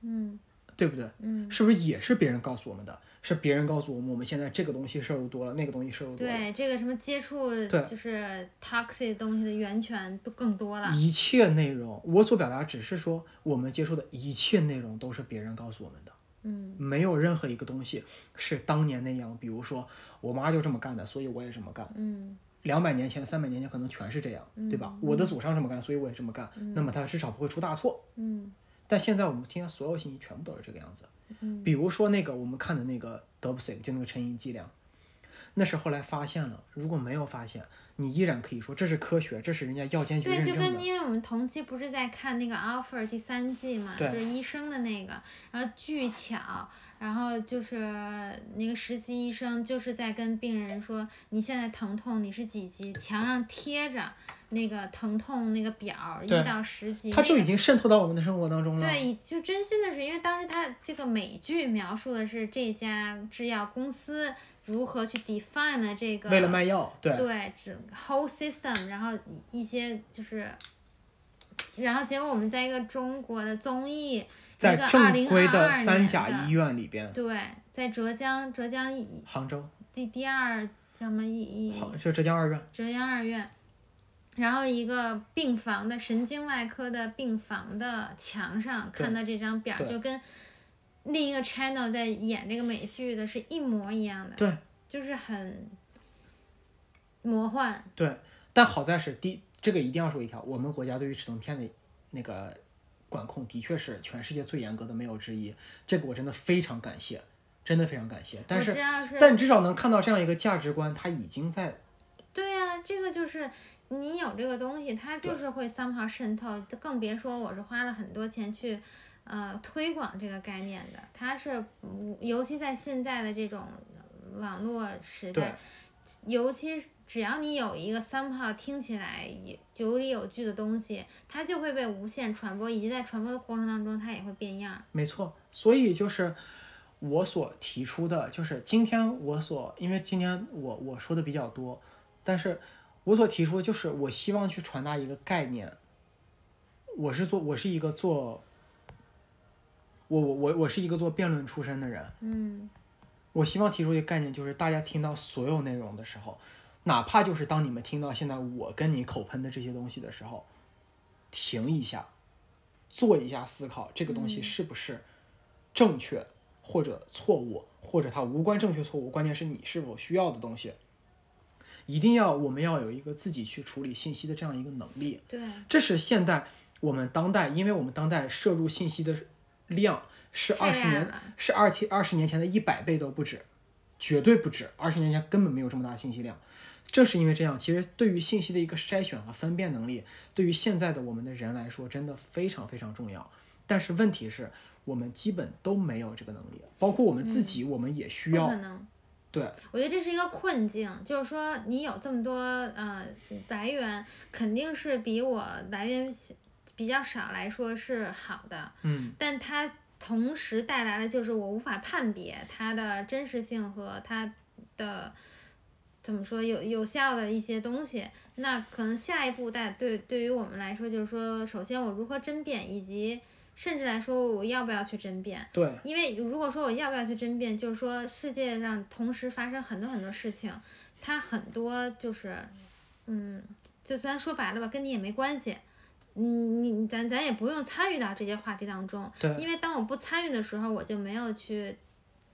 [SPEAKER 2] 嗯
[SPEAKER 3] 对不对？
[SPEAKER 2] 嗯，
[SPEAKER 3] 是不是也是别人告诉我们的？是别人告诉我们，我们现在这个东西摄入多了，那个东西摄入多了，
[SPEAKER 2] 对，这个什么接触
[SPEAKER 3] 对
[SPEAKER 2] 就是 toxic 东西的源泉都更多了。
[SPEAKER 3] 一切内容，我所表达只是说，我们接触的一切内容都是别人告诉我们的，
[SPEAKER 2] 嗯
[SPEAKER 3] 没有任何一个东西是当年那样。比如说，我妈就这么干的，所以我也这么干。
[SPEAKER 2] 嗯
[SPEAKER 3] 两百年前、三百年前可能全是这样，对吧？我的祖上这么干，所以我也这么干。那么它至少不会出大错。
[SPEAKER 2] 嗯
[SPEAKER 3] 但现在我们听到所有信息全部都是这个样子。
[SPEAKER 2] 嗯
[SPEAKER 3] 比如说那个我们看的那个 d o p s i c 就那个成瘾剂量，那是后来发现了。如果没有发现，你依然可以说这是科学，这是人家药监局
[SPEAKER 2] 对，
[SPEAKER 3] 认
[SPEAKER 2] 就
[SPEAKER 3] 证
[SPEAKER 2] 跟
[SPEAKER 3] 的。
[SPEAKER 2] 因为我们同期不是在看那个《Offer》第三季嘛，就
[SPEAKER 3] 对
[SPEAKER 2] 是医生的那个，然后巨巧，然后就是那个实习医生就是在跟病人说你现在疼痛你是几级，墙上贴着那个疼痛那个表儿，一
[SPEAKER 3] 对
[SPEAKER 2] 到十级，
[SPEAKER 3] 它
[SPEAKER 2] 那
[SPEAKER 3] 就
[SPEAKER 2] 个
[SPEAKER 3] 已经渗透到我们的生活当中了。
[SPEAKER 2] 对，就真心的是，因为当时他这个美剧描述的是这家制药公司如何去 define 的这个
[SPEAKER 3] 为了卖药，对
[SPEAKER 2] 对整 whole system，然后一些就是，然后结果我们在一个中国的综艺，
[SPEAKER 3] 在
[SPEAKER 2] 一个
[SPEAKER 3] 正规
[SPEAKER 2] 2022
[SPEAKER 3] 三甲
[SPEAKER 2] 年
[SPEAKER 3] 医院里边，
[SPEAKER 2] 对，在浙江浙江一
[SPEAKER 3] 杭州，
[SPEAKER 2] 第第二叫什么一一
[SPEAKER 3] 杭就浙江二院，
[SPEAKER 2] 浙江二院，然后一个病房的神经外科的病房的墙上
[SPEAKER 3] 对
[SPEAKER 2] 看到这张表，
[SPEAKER 3] 对
[SPEAKER 2] 就跟另一个 channel 在演这个美剧的是一模一样的，
[SPEAKER 3] 对
[SPEAKER 2] 就是很魔幻。
[SPEAKER 3] 对，但好在是第这个一定要说一条，我们国家对于止疼片的那个管控的确是全世界最严格的，没有之一。这个我真的非常感谢，真的非常感谢。但
[SPEAKER 2] 我
[SPEAKER 3] 是
[SPEAKER 2] 知道是，
[SPEAKER 3] 但你至少能看到这样一个价值观，它已经在
[SPEAKER 2] 对呀、这个就是你有这个东西，它就是会 somehow 渗透，更别说我是花了很多钱去。呃，推广这个概念的，它是，嗯尤其在现在的这种网络时代
[SPEAKER 3] 对，
[SPEAKER 2] 尤其是只要你有一个 somehow 听起来有有理有据的东西，它就会被无限传播，以及在传播的过程当中，它也会变样儿。
[SPEAKER 3] 没错，所以就是我所提出的，就是今天我所，因为今天我我说的比较多，但是我所提出的就是我希望去传达一个概念。我是做，我是一个做，我我我我是一个做辩论出身的人。
[SPEAKER 2] 嗯，
[SPEAKER 3] 我希望提出一个概念，就是大家听到所有内容的时候，哪怕就是当你们听到现在我跟你口喷的这些东西的时候，停一下，做一下思考，这个东西是不是正确或者错误，或者它无关正确错误，关键是你是否需要的东西。一定要我们要有一个自己去处理信息的这样一个能力。
[SPEAKER 2] 对，啊
[SPEAKER 3] 这是现代我们当代，因为我们当代摄入信息的量是
[SPEAKER 2] 太
[SPEAKER 3] 二十
[SPEAKER 2] 大
[SPEAKER 3] 年
[SPEAKER 2] 了，
[SPEAKER 3] 是二千二十年前的一百倍都不止，绝对不止。二十年前根本没有这么大的信息量。正是因为这样，其实对于信息的一个筛选和分辨能力，对于现在的我们的人来说，真的非常非常重要。但是问题是我们基本都没有这个能力，包括我们
[SPEAKER 2] 嗯
[SPEAKER 3] 自己，我们也需
[SPEAKER 2] 不
[SPEAKER 3] 要
[SPEAKER 2] 可能。
[SPEAKER 3] 对
[SPEAKER 2] 我觉得这是一个困境，就是说你有这么多呃来源，肯定是比我来源比较少来说是好的，
[SPEAKER 3] 嗯，
[SPEAKER 2] 但它同时带来的就是我无法判别它的真实性和它的怎么说有有效的一些东西。那可能下一步带对对于我们来说，就是说，首先我如何甄辩，以及甚至来说我要不要去甄辩。
[SPEAKER 3] 对
[SPEAKER 2] 因为如果说我要不要去争辩，就是说世界上同时发生很多很多事情，它很多就是，嗯，就虽然说白了吧，跟你也没关系，你你咱咱也不用参与到这些话题当中，
[SPEAKER 3] 对
[SPEAKER 2] 因为当我不参与的时候，我就没有去，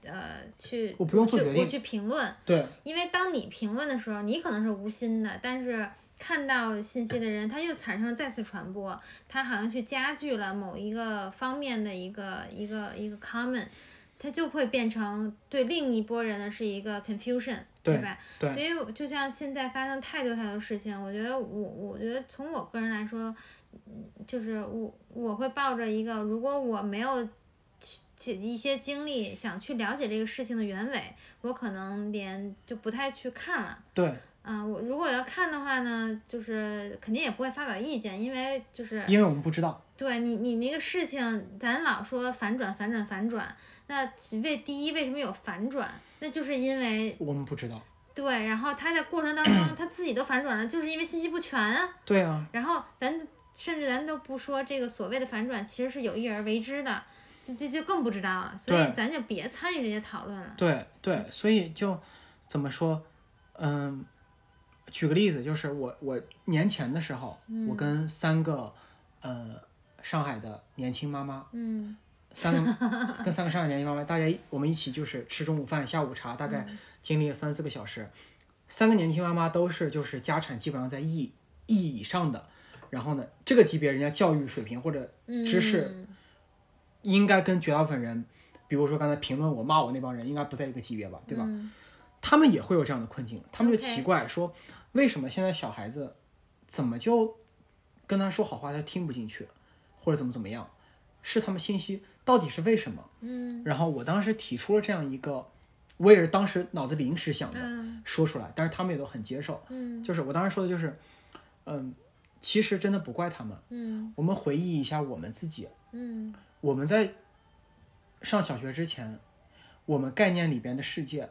[SPEAKER 2] 呃，去
[SPEAKER 3] 我不用做
[SPEAKER 2] 去
[SPEAKER 3] 决
[SPEAKER 2] 我
[SPEAKER 3] 定
[SPEAKER 2] 去评论，
[SPEAKER 3] 对
[SPEAKER 2] 因为当你评论的时候，你可能是无心的，但是看到信息的人，他又产生了再次传播，他好像去加剧了某一个方面的一个一个一个 comment，他就会变成对另一波人的是一个 confusion，
[SPEAKER 3] 对
[SPEAKER 2] 吧？
[SPEAKER 3] 对
[SPEAKER 2] 所以我就像现在发生太多太多事情，我觉得我我觉得从我个人来说，嗯就是我我会抱着一个，如果我没有去去一些经历，想去了解这个事情的原委，我可能连就不太去看了。
[SPEAKER 3] 对，
[SPEAKER 2] 嗯、我如果要看的话呢，就是肯定也不会发表意见，因为就是
[SPEAKER 3] 因为我们不知道。
[SPEAKER 2] 对你，你那个事情，咱老说反转、反转、反转。那其为第一，为什么有反转？那就是因为
[SPEAKER 3] 我们不知道。
[SPEAKER 2] 对，然后他在过程当中他自己都反转了，就是因为信息不全啊。
[SPEAKER 3] 对啊，
[SPEAKER 2] 然后咱甚至咱都不说这个所谓的反转，其实是有意而为之的，这这就更不知道了。所以
[SPEAKER 3] 对
[SPEAKER 2] 咱就别参与这些讨论了。
[SPEAKER 3] 对对，所以就怎么说，嗯，举个例子，就是我我年前的时候，我跟三个呃上海的年轻妈妈，
[SPEAKER 2] 嗯
[SPEAKER 3] 三个跟三个上海年轻妈妈，大家一我们一起就是吃中午饭、下午茶，大概经历了三四个小时。三个年轻妈妈都是就是家产基本上在亿亿以上的，然后呢，这个级别人家教育水平或者
[SPEAKER 2] 嗯，
[SPEAKER 3] 知识应该跟绝大部分人，比如说刚才评论我骂我那帮人，应该不在一个级别吧，对吧？
[SPEAKER 2] 嗯
[SPEAKER 3] 他们也会有这样的困境，他们就
[SPEAKER 2] OK
[SPEAKER 3] 奇怪说，为什么现在小孩子怎么就跟他说好话他听不进去，或者怎么怎么样，是他们信息到底是为什么？
[SPEAKER 2] 嗯
[SPEAKER 3] 然后我当时提出了这样一个，我也是当时脑子临时想的，
[SPEAKER 2] 嗯
[SPEAKER 3] 说出来，但是他们也都很接受。
[SPEAKER 2] 嗯
[SPEAKER 3] 就是我当时说的就是，嗯，其实真的不怪他们，
[SPEAKER 2] 嗯
[SPEAKER 3] 我们回忆一下我们自己，
[SPEAKER 2] 嗯
[SPEAKER 3] 我们在上小学之前，我们概念里边的世界，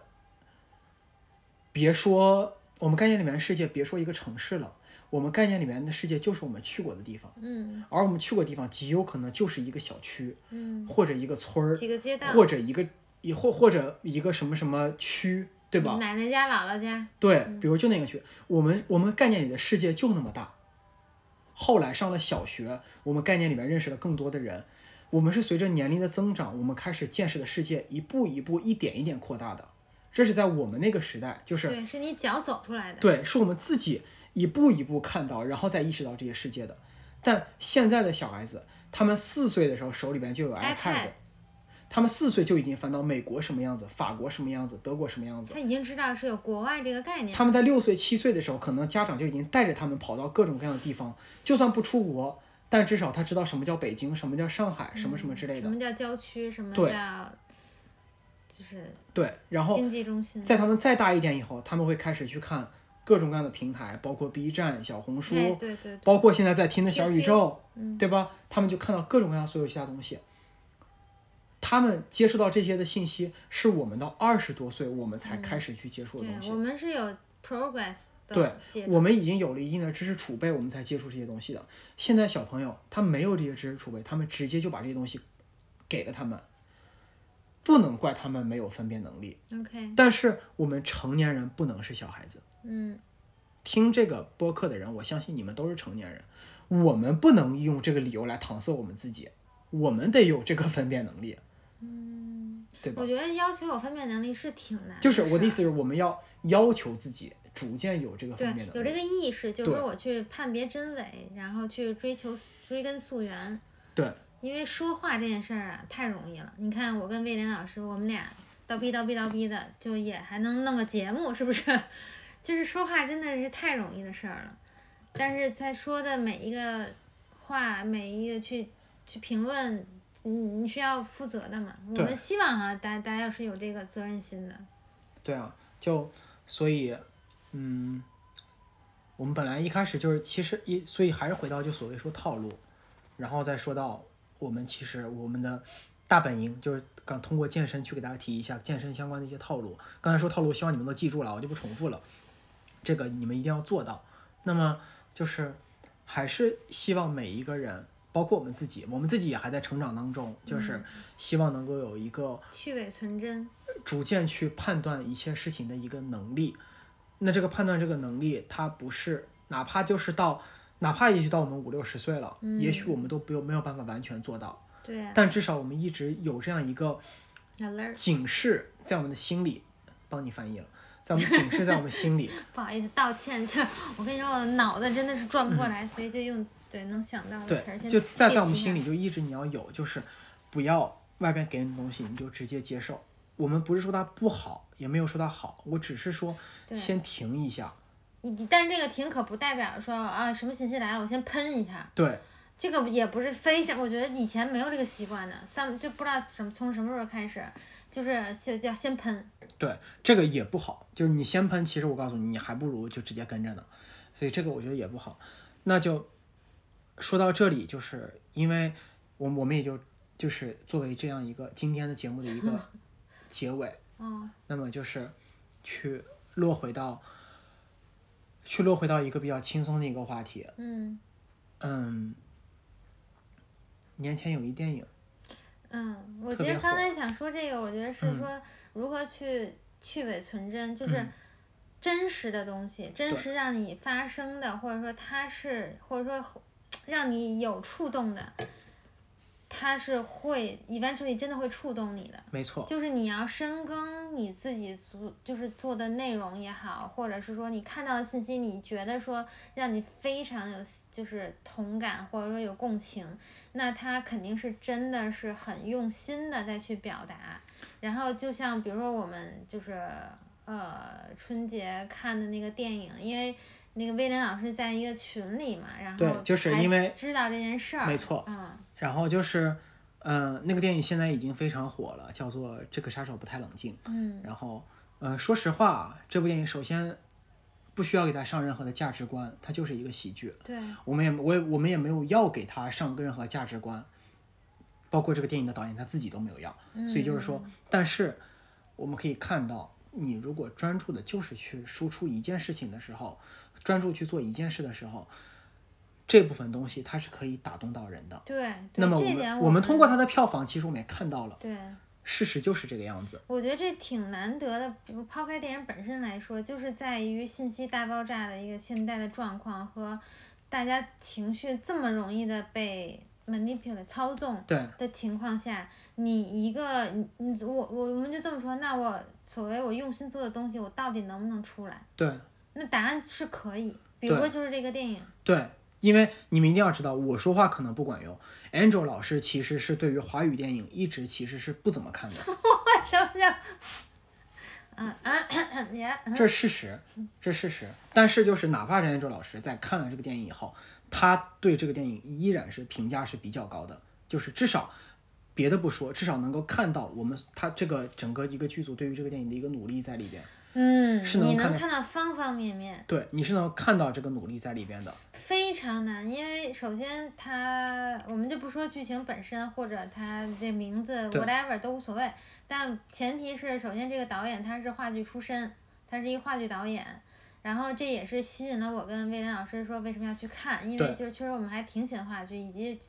[SPEAKER 3] 别说我们概念里面的世界，别说一个城市了，我们概念里面的世界就是我们去过的地方，
[SPEAKER 2] 嗯
[SPEAKER 3] 而我们去过的地方极有可能就是一个小区
[SPEAKER 2] 嗯，
[SPEAKER 3] 或者一个村儿，
[SPEAKER 2] 几个街道。
[SPEAKER 3] 或者一个一或或者一个什么什么区，对吧？
[SPEAKER 2] 嗯奶奶家、姥姥家，
[SPEAKER 3] 对，比如就那个区，我们我们概念里的世界就那么大，后来上了小学，我们概念里面认识了更多的人。我们是随着年龄的增长，我们开始见识的世界一步一步、一点一点扩大的。这是在我们那个时代，就是
[SPEAKER 2] 对，是你脚走出来的。
[SPEAKER 3] 对，是我们自己一步一步看到，然后再意识到这些世界的。但现在的小孩子，他们四岁的时候手里边就有
[SPEAKER 2] iPad，
[SPEAKER 3] 他们四岁就已经翻到美国什么样子、法国什么样子、德国什么样子。
[SPEAKER 2] 他已经知道是有国外这个概念。
[SPEAKER 3] 他们在六岁、七岁的时候，可能家长就已经带着他们跑到各种各样的地方，就算不出国，但至少他知道什么叫北京，什么叫上海，什么什么之类
[SPEAKER 2] 嗯什
[SPEAKER 3] 的。
[SPEAKER 2] 么叫郊区？什么
[SPEAKER 3] 对
[SPEAKER 2] 叫就是
[SPEAKER 3] 对，然后
[SPEAKER 2] 经济中心？
[SPEAKER 3] 在他们再大一点以后，他们会开始去看各种各样的平台，包括 B 站、小红书，
[SPEAKER 2] 哎，对对，
[SPEAKER 3] 包括现在在听的小宇
[SPEAKER 2] QQ
[SPEAKER 3] 宙，对吧？他们就看到各种各样所有其他东西。他们接触到这些的信息，是我们到二十多岁我们才开始去接触的东西。
[SPEAKER 2] 对，我们是有 progress
[SPEAKER 3] 对
[SPEAKER 2] 的接触。
[SPEAKER 3] 我们已经有了一定的知识储备，我们才接触这些东西的。现在小朋友他没有这些知识储备，他们直接就把这些东西给了他们，不能怪他们没有分辨能力。
[SPEAKER 2] OK，
[SPEAKER 3] 但是我们成年人不能是小孩子。
[SPEAKER 2] 嗯，
[SPEAKER 3] 听这个播客的人，我相信你们都是成年人，我们不能用这个理由来搪塞我们自己，我们得有这个分辨能力，嗯，对吧
[SPEAKER 2] 我？觉得要求有分辨能力是挺难的。
[SPEAKER 3] 就是我的意思是，我们要要求自己逐渐有这个
[SPEAKER 2] 啊对
[SPEAKER 3] 分辨，能
[SPEAKER 2] 有这
[SPEAKER 3] 力。
[SPEAKER 2] 个意识，就是
[SPEAKER 3] 对
[SPEAKER 2] 说我去判别真伪，然后去追求追根溯源。
[SPEAKER 3] 对，
[SPEAKER 2] 因为说话这件事儿啊，太容易了。你看我跟魏林老师，我们俩叨逼叨逼叨逼的，就也还能弄个节目，是不是？ 就是说话真的是太容易的事儿了。但是在说的每一个话，每一个去去评论，你你是要负责的嘛？我
[SPEAKER 3] 对
[SPEAKER 2] 们希望啊，大大家要是有这个责任心的，
[SPEAKER 3] 对啊，就所以，嗯，我们本来一开始就是，其实一，所以还是回到就所谓说套路，然后再说到我们其实我们的大本营就是刚通过健身去给大家提一下健身相关的一些套路。刚才说套路，希望你们都记住了，我就不重复了。这个你们一定要做到。那么就是还是希望每一个人。包括我们自己，我们自己也还在成长当中，就是希望能够有一个
[SPEAKER 2] 去伪存真。
[SPEAKER 3] 逐渐去判断一切事情的一个能力。那这个判断这个能力，它不是哪怕就是到，哪怕也许到我们五六十岁了，
[SPEAKER 2] 嗯
[SPEAKER 3] 也许我们都不用没有办法完全做到，
[SPEAKER 2] 对啊，
[SPEAKER 3] 但至少我们一直有这样一个
[SPEAKER 2] 老雷儿，
[SPEAKER 3] 警示在我们的心里，帮你翻译了，在我们警示在我们心 里，
[SPEAKER 2] 不好意思，道歉， 就我跟你说，我脑子真的是转不过来，所以就用对能想到的词儿
[SPEAKER 3] 对，
[SPEAKER 2] 先
[SPEAKER 3] 就在在我们
[SPEAKER 2] 定一
[SPEAKER 3] 心
[SPEAKER 2] 下
[SPEAKER 3] 里就一直你要有，就是不要外边给你的东西你就直接接受。我们不是说它不好，也没有说它好，我只是说
[SPEAKER 2] 对
[SPEAKER 3] 先停一下，
[SPEAKER 2] 你但是这个停可不代表说啊，什么信息来了我先喷一下，
[SPEAKER 3] 对，
[SPEAKER 2] 这个也不是非常，我觉得以前没有这个习惯的，三就不知道什么从什么时候开始，就是先要先喷，
[SPEAKER 3] 对，这个也不好，就是你先喷，其实我告诉你，你还不如就直接跟着呢，所以这个我觉得也不好。那就说到这里，就是因为我我们也就就是作为这样一个今天的节目的一个结尾，
[SPEAKER 2] 嗯，
[SPEAKER 3] 那么就是去落回到去落回到一个比较轻松的一个话题，
[SPEAKER 2] 嗯
[SPEAKER 3] 嗯，年前有一电影，
[SPEAKER 2] 嗯，我
[SPEAKER 3] 特
[SPEAKER 2] 觉
[SPEAKER 3] 别
[SPEAKER 2] 得刚
[SPEAKER 3] 火
[SPEAKER 2] 才想说这个，我觉得是
[SPEAKER 3] 嗯
[SPEAKER 2] 说如何去去伪存真，就是
[SPEAKER 3] 嗯
[SPEAKER 2] 真实的东西，真
[SPEAKER 3] 对
[SPEAKER 2] 实让你发生的，或者说它是，或者说让你有触动的，它是会 eventually 真的会触动你的。
[SPEAKER 3] 没错，
[SPEAKER 2] 就是你要深耕你自己做，就是做的内容也好，或者是说你看到的信息，你觉得说让你非常有就是同感，或者说有共情，那他肯定是真的是很用心的再去表达。然后就像比如说我们就是呃春节看的那个电影，因为那个威廉老师在一个群里嘛，然后
[SPEAKER 3] 对就是
[SPEAKER 2] 才
[SPEAKER 3] 因为
[SPEAKER 2] 知道这件事儿，
[SPEAKER 3] 没错，
[SPEAKER 2] 嗯，
[SPEAKER 3] 然后就是，呃，那个电影现在已经非常火了，叫做《这个杀手不太冷静》。
[SPEAKER 2] 嗯，
[SPEAKER 3] 然后，呃，说实话啊，这部电影首先不需要给它上任何的价值观，它就是一个喜剧。
[SPEAKER 2] 对，
[SPEAKER 3] 我们也我也我们也没有要给它上任何价值观，包括这个电影的导演他自己都没有要。
[SPEAKER 2] 嗯
[SPEAKER 3] 所以就是说，但是我们可以看到，你如果专注的就是去输出一件事情的时候，专注去做一件事的时候，这部分东西它是可以打动到人的。
[SPEAKER 2] 对，对
[SPEAKER 3] 那么我
[SPEAKER 2] 这点
[SPEAKER 3] 们我们通过它的票房，其实我们也看到了，
[SPEAKER 2] 对。
[SPEAKER 3] 事实就是这个样子。
[SPEAKER 2] 我觉得这挺难得的。比如抛开电影本身来说，就是在于信息大爆炸的一个现代的状况和大家情绪这么容易的被 manipulate 操纵
[SPEAKER 3] 对
[SPEAKER 2] 的情况下，你一个你你我我我们就这么说，那我所谓我用心做的东西，我到底能不能出来？
[SPEAKER 3] 对
[SPEAKER 2] 那答案是可以，比如说
[SPEAKER 3] 对
[SPEAKER 2] 就是这个电影，
[SPEAKER 3] 对，因为你们一定要知道，我说话可能不管用。Angel 老师其实是对于华语电影一直其实是不怎么看的，
[SPEAKER 2] 什么叫？嗯嗯嗯呀，
[SPEAKER 3] 这是事实，这是事实。但是就是哪怕是 Angel 老师在看了这个电影以后，他对这个电影依然是评价是比较高的，就是至少别的不说，至少能够看到我们他这个整个一个剧组对于这个电影的一个努力在里边。
[SPEAKER 2] 嗯，
[SPEAKER 3] 是能
[SPEAKER 2] 你
[SPEAKER 3] 看
[SPEAKER 2] 能
[SPEAKER 3] 到
[SPEAKER 2] 看到方方面面。
[SPEAKER 3] 对，你是能够看到这个努力在里边的。
[SPEAKER 2] 非常难，因为首先它，我们就不说剧情本身或者它的名字
[SPEAKER 3] 对
[SPEAKER 2] whatever 都无所谓，但前提是首先这个导演他是话剧出身，他是一个话剧导演，然后这也是吸引了我跟魏丹老师说为什么要去看，因为
[SPEAKER 3] 对
[SPEAKER 2] 就是确实我们还挺喜欢话剧，以及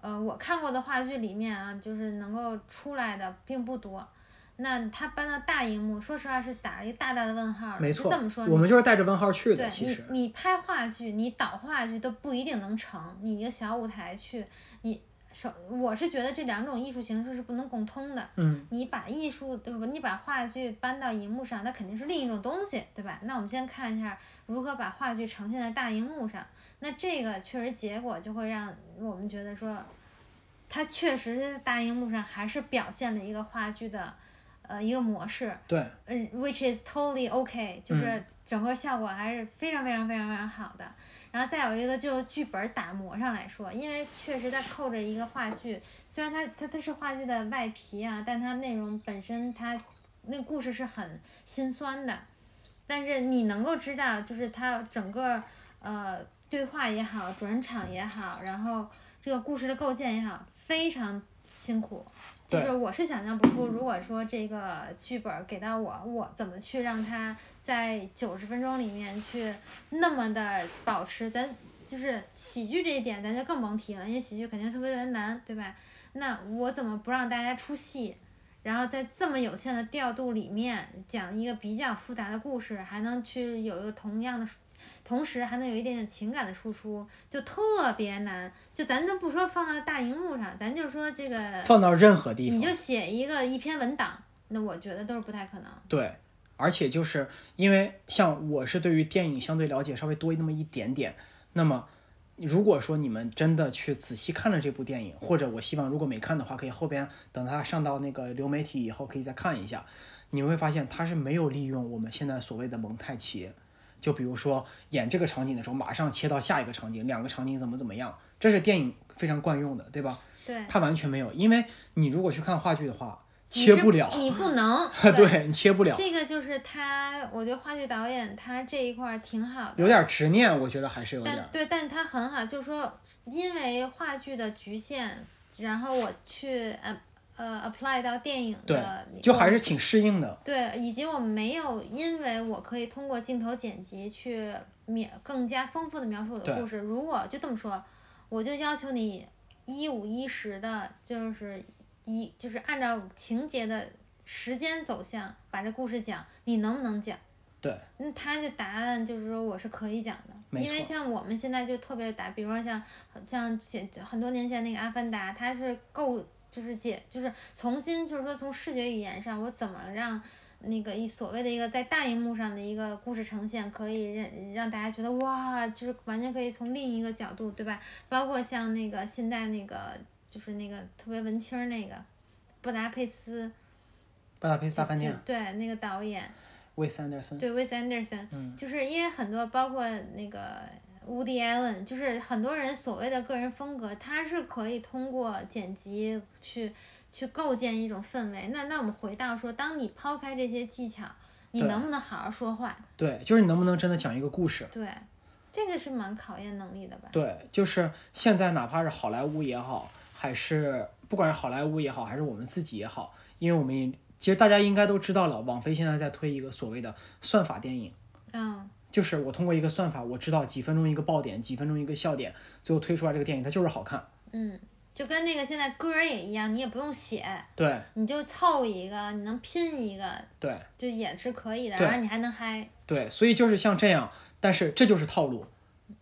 [SPEAKER 2] 呃我看过的话剧里面啊，就是能够出来的并不多。那他搬到大荧幕，说实话是打了一个大大的问号的。
[SPEAKER 3] 没
[SPEAKER 2] 就
[SPEAKER 3] 错
[SPEAKER 2] 这么说，，
[SPEAKER 3] 我们就是带着问号去
[SPEAKER 2] 对
[SPEAKER 3] 的。其
[SPEAKER 2] 你
[SPEAKER 3] 实，，
[SPEAKER 2] 你拍话剧，你导话剧都不一定能成。你一个小舞台去，你首我是觉得这两种艺术形式是不能共通的。
[SPEAKER 3] 嗯，
[SPEAKER 2] 你把艺术，对不？你把话剧搬到荧幕上，那肯定是另一种东西，对吧？那我们先看一下如何把话剧呈现在大荧幕上。那这个确实结果就会让我们觉得说，它确实在大荧幕上还是表现了一个话剧的，呃，一个模式。
[SPEAKER 3] 对
[SPEAKER 2] 嗯，which is totally okay，就是整个效果还是非常非常非常非常好的。然后再有一个就是剧本打磨上来说，因为确实它扣着一个话剧，虽然它它它是话剧的外皮啊，但它内容本身它那故事是很心酸的，但是你能够知道，就是它整个呃对话也好，转场也好，然后这个故事的构建也好，非常辛苦。就
[SPEAKER 3] 对
[SPEAKER 2] 是我是想象不出，如果说这个剧本给到我，我怎么去让它在九十分钟里面去那么的保持咱。就是喜剧这一点，咱就更甭提了，因为喜剧肯定特别特别难，对吧？那我怎么不让大家出戏？然后在这么有限的调度里面讲一个比较复杂的故事，还能去有一个同样的，同时还能有一点点情感的输出，就特别难。就咱都不说放到大荧幕上，咱就说这个，
[SPEAKER 3] 放到任何地方
[SPEAKER 2] 你，就写一个一篇文档，那我觉得都是不太可能。
[SPEAKER 3] 对，而且就是因为像我是对于电影相对了解稍微多那么一点点，那么如果说你们真的去仔细看了这部电影，或者我希望如果没看的话，可以后边等它上到那个流媒体以后可以再看一下，你们会发现它是没有利用我们现在所谓的蒙太奇。就比如说演这个场景的时候，马上切到下一个场景，两个场景怎么怎么样，这是电影非常惯用的，对吧？
[SPEAKER 2] 对，
[SPEAKER 3] 它完全没有，因为你如果去看话剧的话，
[SPEAKER 2] 你
[SPEAKER 3] 切
[SPEAKER 2] 是
[SPEAKER 3] 不了，。
[SPEAKER 2] 你不能
[SPEAKER 3] 对你切不了。
[SPEAKER 2] 这个就是他，我觉得话剧导演他这一块儿挺好的，
[SPEAKER 3] 有点执念，我觉得还是有点
[SPEAKER 2] 但
[SPEAKER 3] 儿。
[SPEAKER 2] 对，但他很好，就是说，因为话剧的局限，然后我去呃呃 apply 到电影
[SPEAKER 3] 对
[SPEAKER 2] 的，
[SPEAKER 3] 就
[SPEAKER 2] 我
[SPEAKER 3] 还是挺适应的。
[SPEAKER 2] 对，以及我没有，因为我可以通过镜头剪辑去描更加丰富的描述我的
[SPEAKER 3] 对
[SPEAKER 2] 故事。如果就这么说，我就要求你一五一十的，就是一就是按照情节的时间走向把这故事讲，你能不能讲？
[SPEAKER 3] 对
[SPEAKER 2] 那他的答案就是说我是可以讲的，
[SPEAKER 3] 没
[SPEAKER 2] 因为
[SPEAKER 3] 错
[SPEAKER 2] 像我们现在就特别打，比如说像像前很多年前那个《阿凡达》，它是构就是解就是重新就是说从视觉语言上，我怎么让那个一所谓的一个在大荧幕上的一个故事呈现，可以让让大家觉得哇，就是完全可以从另一个角度，对吧？包括像那个现在那个就是那个特别文青儿那个布达佩斯，
[SPEAKER 3] 布达佩斯大饭
[SPEAKER 2] 就
[SPEAKER 3] 店
[SPEAKER 2] 对那个导演，
[SPEAKER 3] w 三 s Anderson，
[SPEAKER 2] 对 w e s Anderson，、就是
[SPEAKER 3] 嗯
[SPEAKER 2] 因为很多包括那个 Woody Allen，就是很多人所谓的个人风格，他是可以通过剪辑去去构建一种氛围。那那我们回到说，当你抛开这些技巧，你
[SPEAKER 3] 对
[SPEAKER 2] 能不能好好说话？
[SPEAKER 3] 对，就是你能不能真的讲一个故事？
[SPEAKER 2] 对，这个是蛮考验能力的吧？
[SPEAKER 3] 对，就是现在哪怕是好莱坞也好，还是不管是好莱坞也好，还是我们自己也好，因为我们也其实大家应该都知道了，网飞现在在推一个所谓的算法电影，
[SPEAKER 2] 嗯，
[SPEAKER 3] 就是我通过一个算法，我知道几分钟一个爆点，几分钟一个笑点，最后推出来这个电影它就是好看。
[SPEAKER 2] 就跟那个现在歌儿也一样，你也不用写，
[SPEAKER 3] 对
[SPEAKER 2] 你就凑一个，你能拼一个，
[SPEAKER 3] 对
[SPEAKER 2] 就也是可以的。
[SPEAKER 3] 对
[SPEAKER 2] 然后你还能嗨，
[SPEAKER 3] 对，所以就是像这样，但是这就是套路。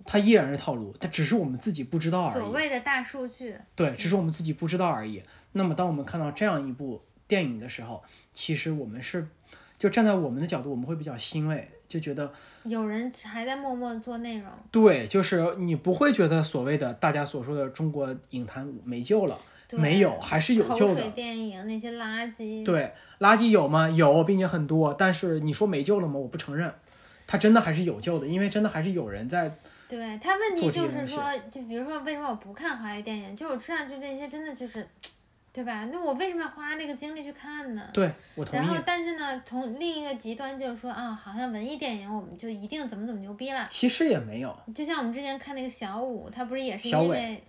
[SPEAKER 3] 它依然是套路，它只是我们自己不知道而
[SPEAKER 2] 所
[SPEAKER 3] 已。
[SPEAKER 2] 谓的大数据，
[SPEAKER 3] 对，只是我们自己不知道而已。那么，当我们看到这样一部电影的时候，其实我们是就站在我们的角度，我们会比较欣慰，就觉得
[SPEAKER 2] 有人还在默默做内容。
[SPEAKER 3] 对，就是你不会觉得所谓的大家所说的中国影坛没救了，
[SPEAKER 2] 对
[SPEAKER 3] 没有，还是有救
[SPEAKER 2] 口水
[SPEAKER 3] 的。
[SPEAKER 2] 电影那些垃圾，
[SPEAKER 3] 对，垃圾有吗？有，并且很多。但是你说没救了吗？我不承认，它真的还是有救的，因为真的还是有人在
[SPEAKER 2] 对他问题
[SPEAKER 3] 做这些
[SPEAKER 2] 就是
[SPEAKER 3] 东西
[SPEAKER 2] 说，就比如说为什么我不看华语电影，就我知道就这些真的就是，对吧？那我为什么要花那个精力去看呢？
[SPEAKER 3] 对我同
[SPEAKER 2] 然
[SPEAKER 3] 意
[SPEAKER 2] 后，。但是呢，从另一个极端就是说啊，好像文艺电影我们就一定怎么怎么牛逼了。
[SPEAKER 3] 其实也没有，
[SPEAKER 2] 就像我们之前看那个小五，他不是也是
[SPEAKER 3] 小
[SPEAKER 2] 因
[SPEAKER 3] 伟
[SPEAKER 2] 为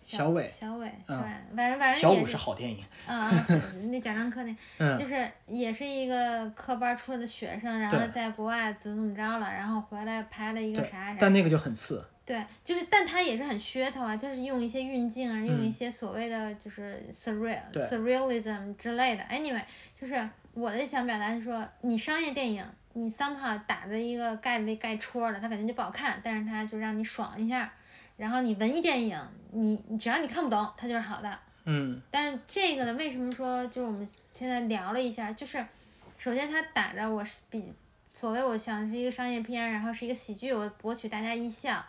[SPEAKER 3] 小伟
[SPEAKER 2] 小伟是
[SPEAKER 3] 嗯
[SPEAKER 2] 吧？反正反
[SPEAKER 3] 小
[SPEAKER 2] 正也
[SPEAKER 3] 五是好电影。
[SPEAKER 2] 啊， 啊是那贾樟柯那
[SPEAKER 3] 嗯，
[SPEAKER 2] 就是也是一个科班出来的学生，然后
[SPEAKER 3] 对
[SPEAKER 2] 在国外怎么怎么着了，然后回来拍了一个
[SPEAKER 3] 对
[SPEAKER 2] 啥啥，
[SPEAKER 3] 但那个就很次。
[SPEAKER 2] 对，就是，但他也是很噱头啊，就是用一些运镜啊，用一些所谓的就是 surreal、
[SPEAKER 3] 嗯对
[SPEAKER 2] surrealism 之类的。Anyway，就是我的想表达是说，你商业电影，你 somehow 打着一个盖里盖戳的，它肯定就不好看，但是它就让你爽一下。然后你文艺电影，你你只要你看不懂，它就是好的。
[SPEAKER 3] 嗯，
[SPEAKER 2] 但是这个呢，为什么说就是我们现在聊了一下，就是首先它打着我是比所谓我想是一个商业片，然后是一个喜剧，我博取大家一笑，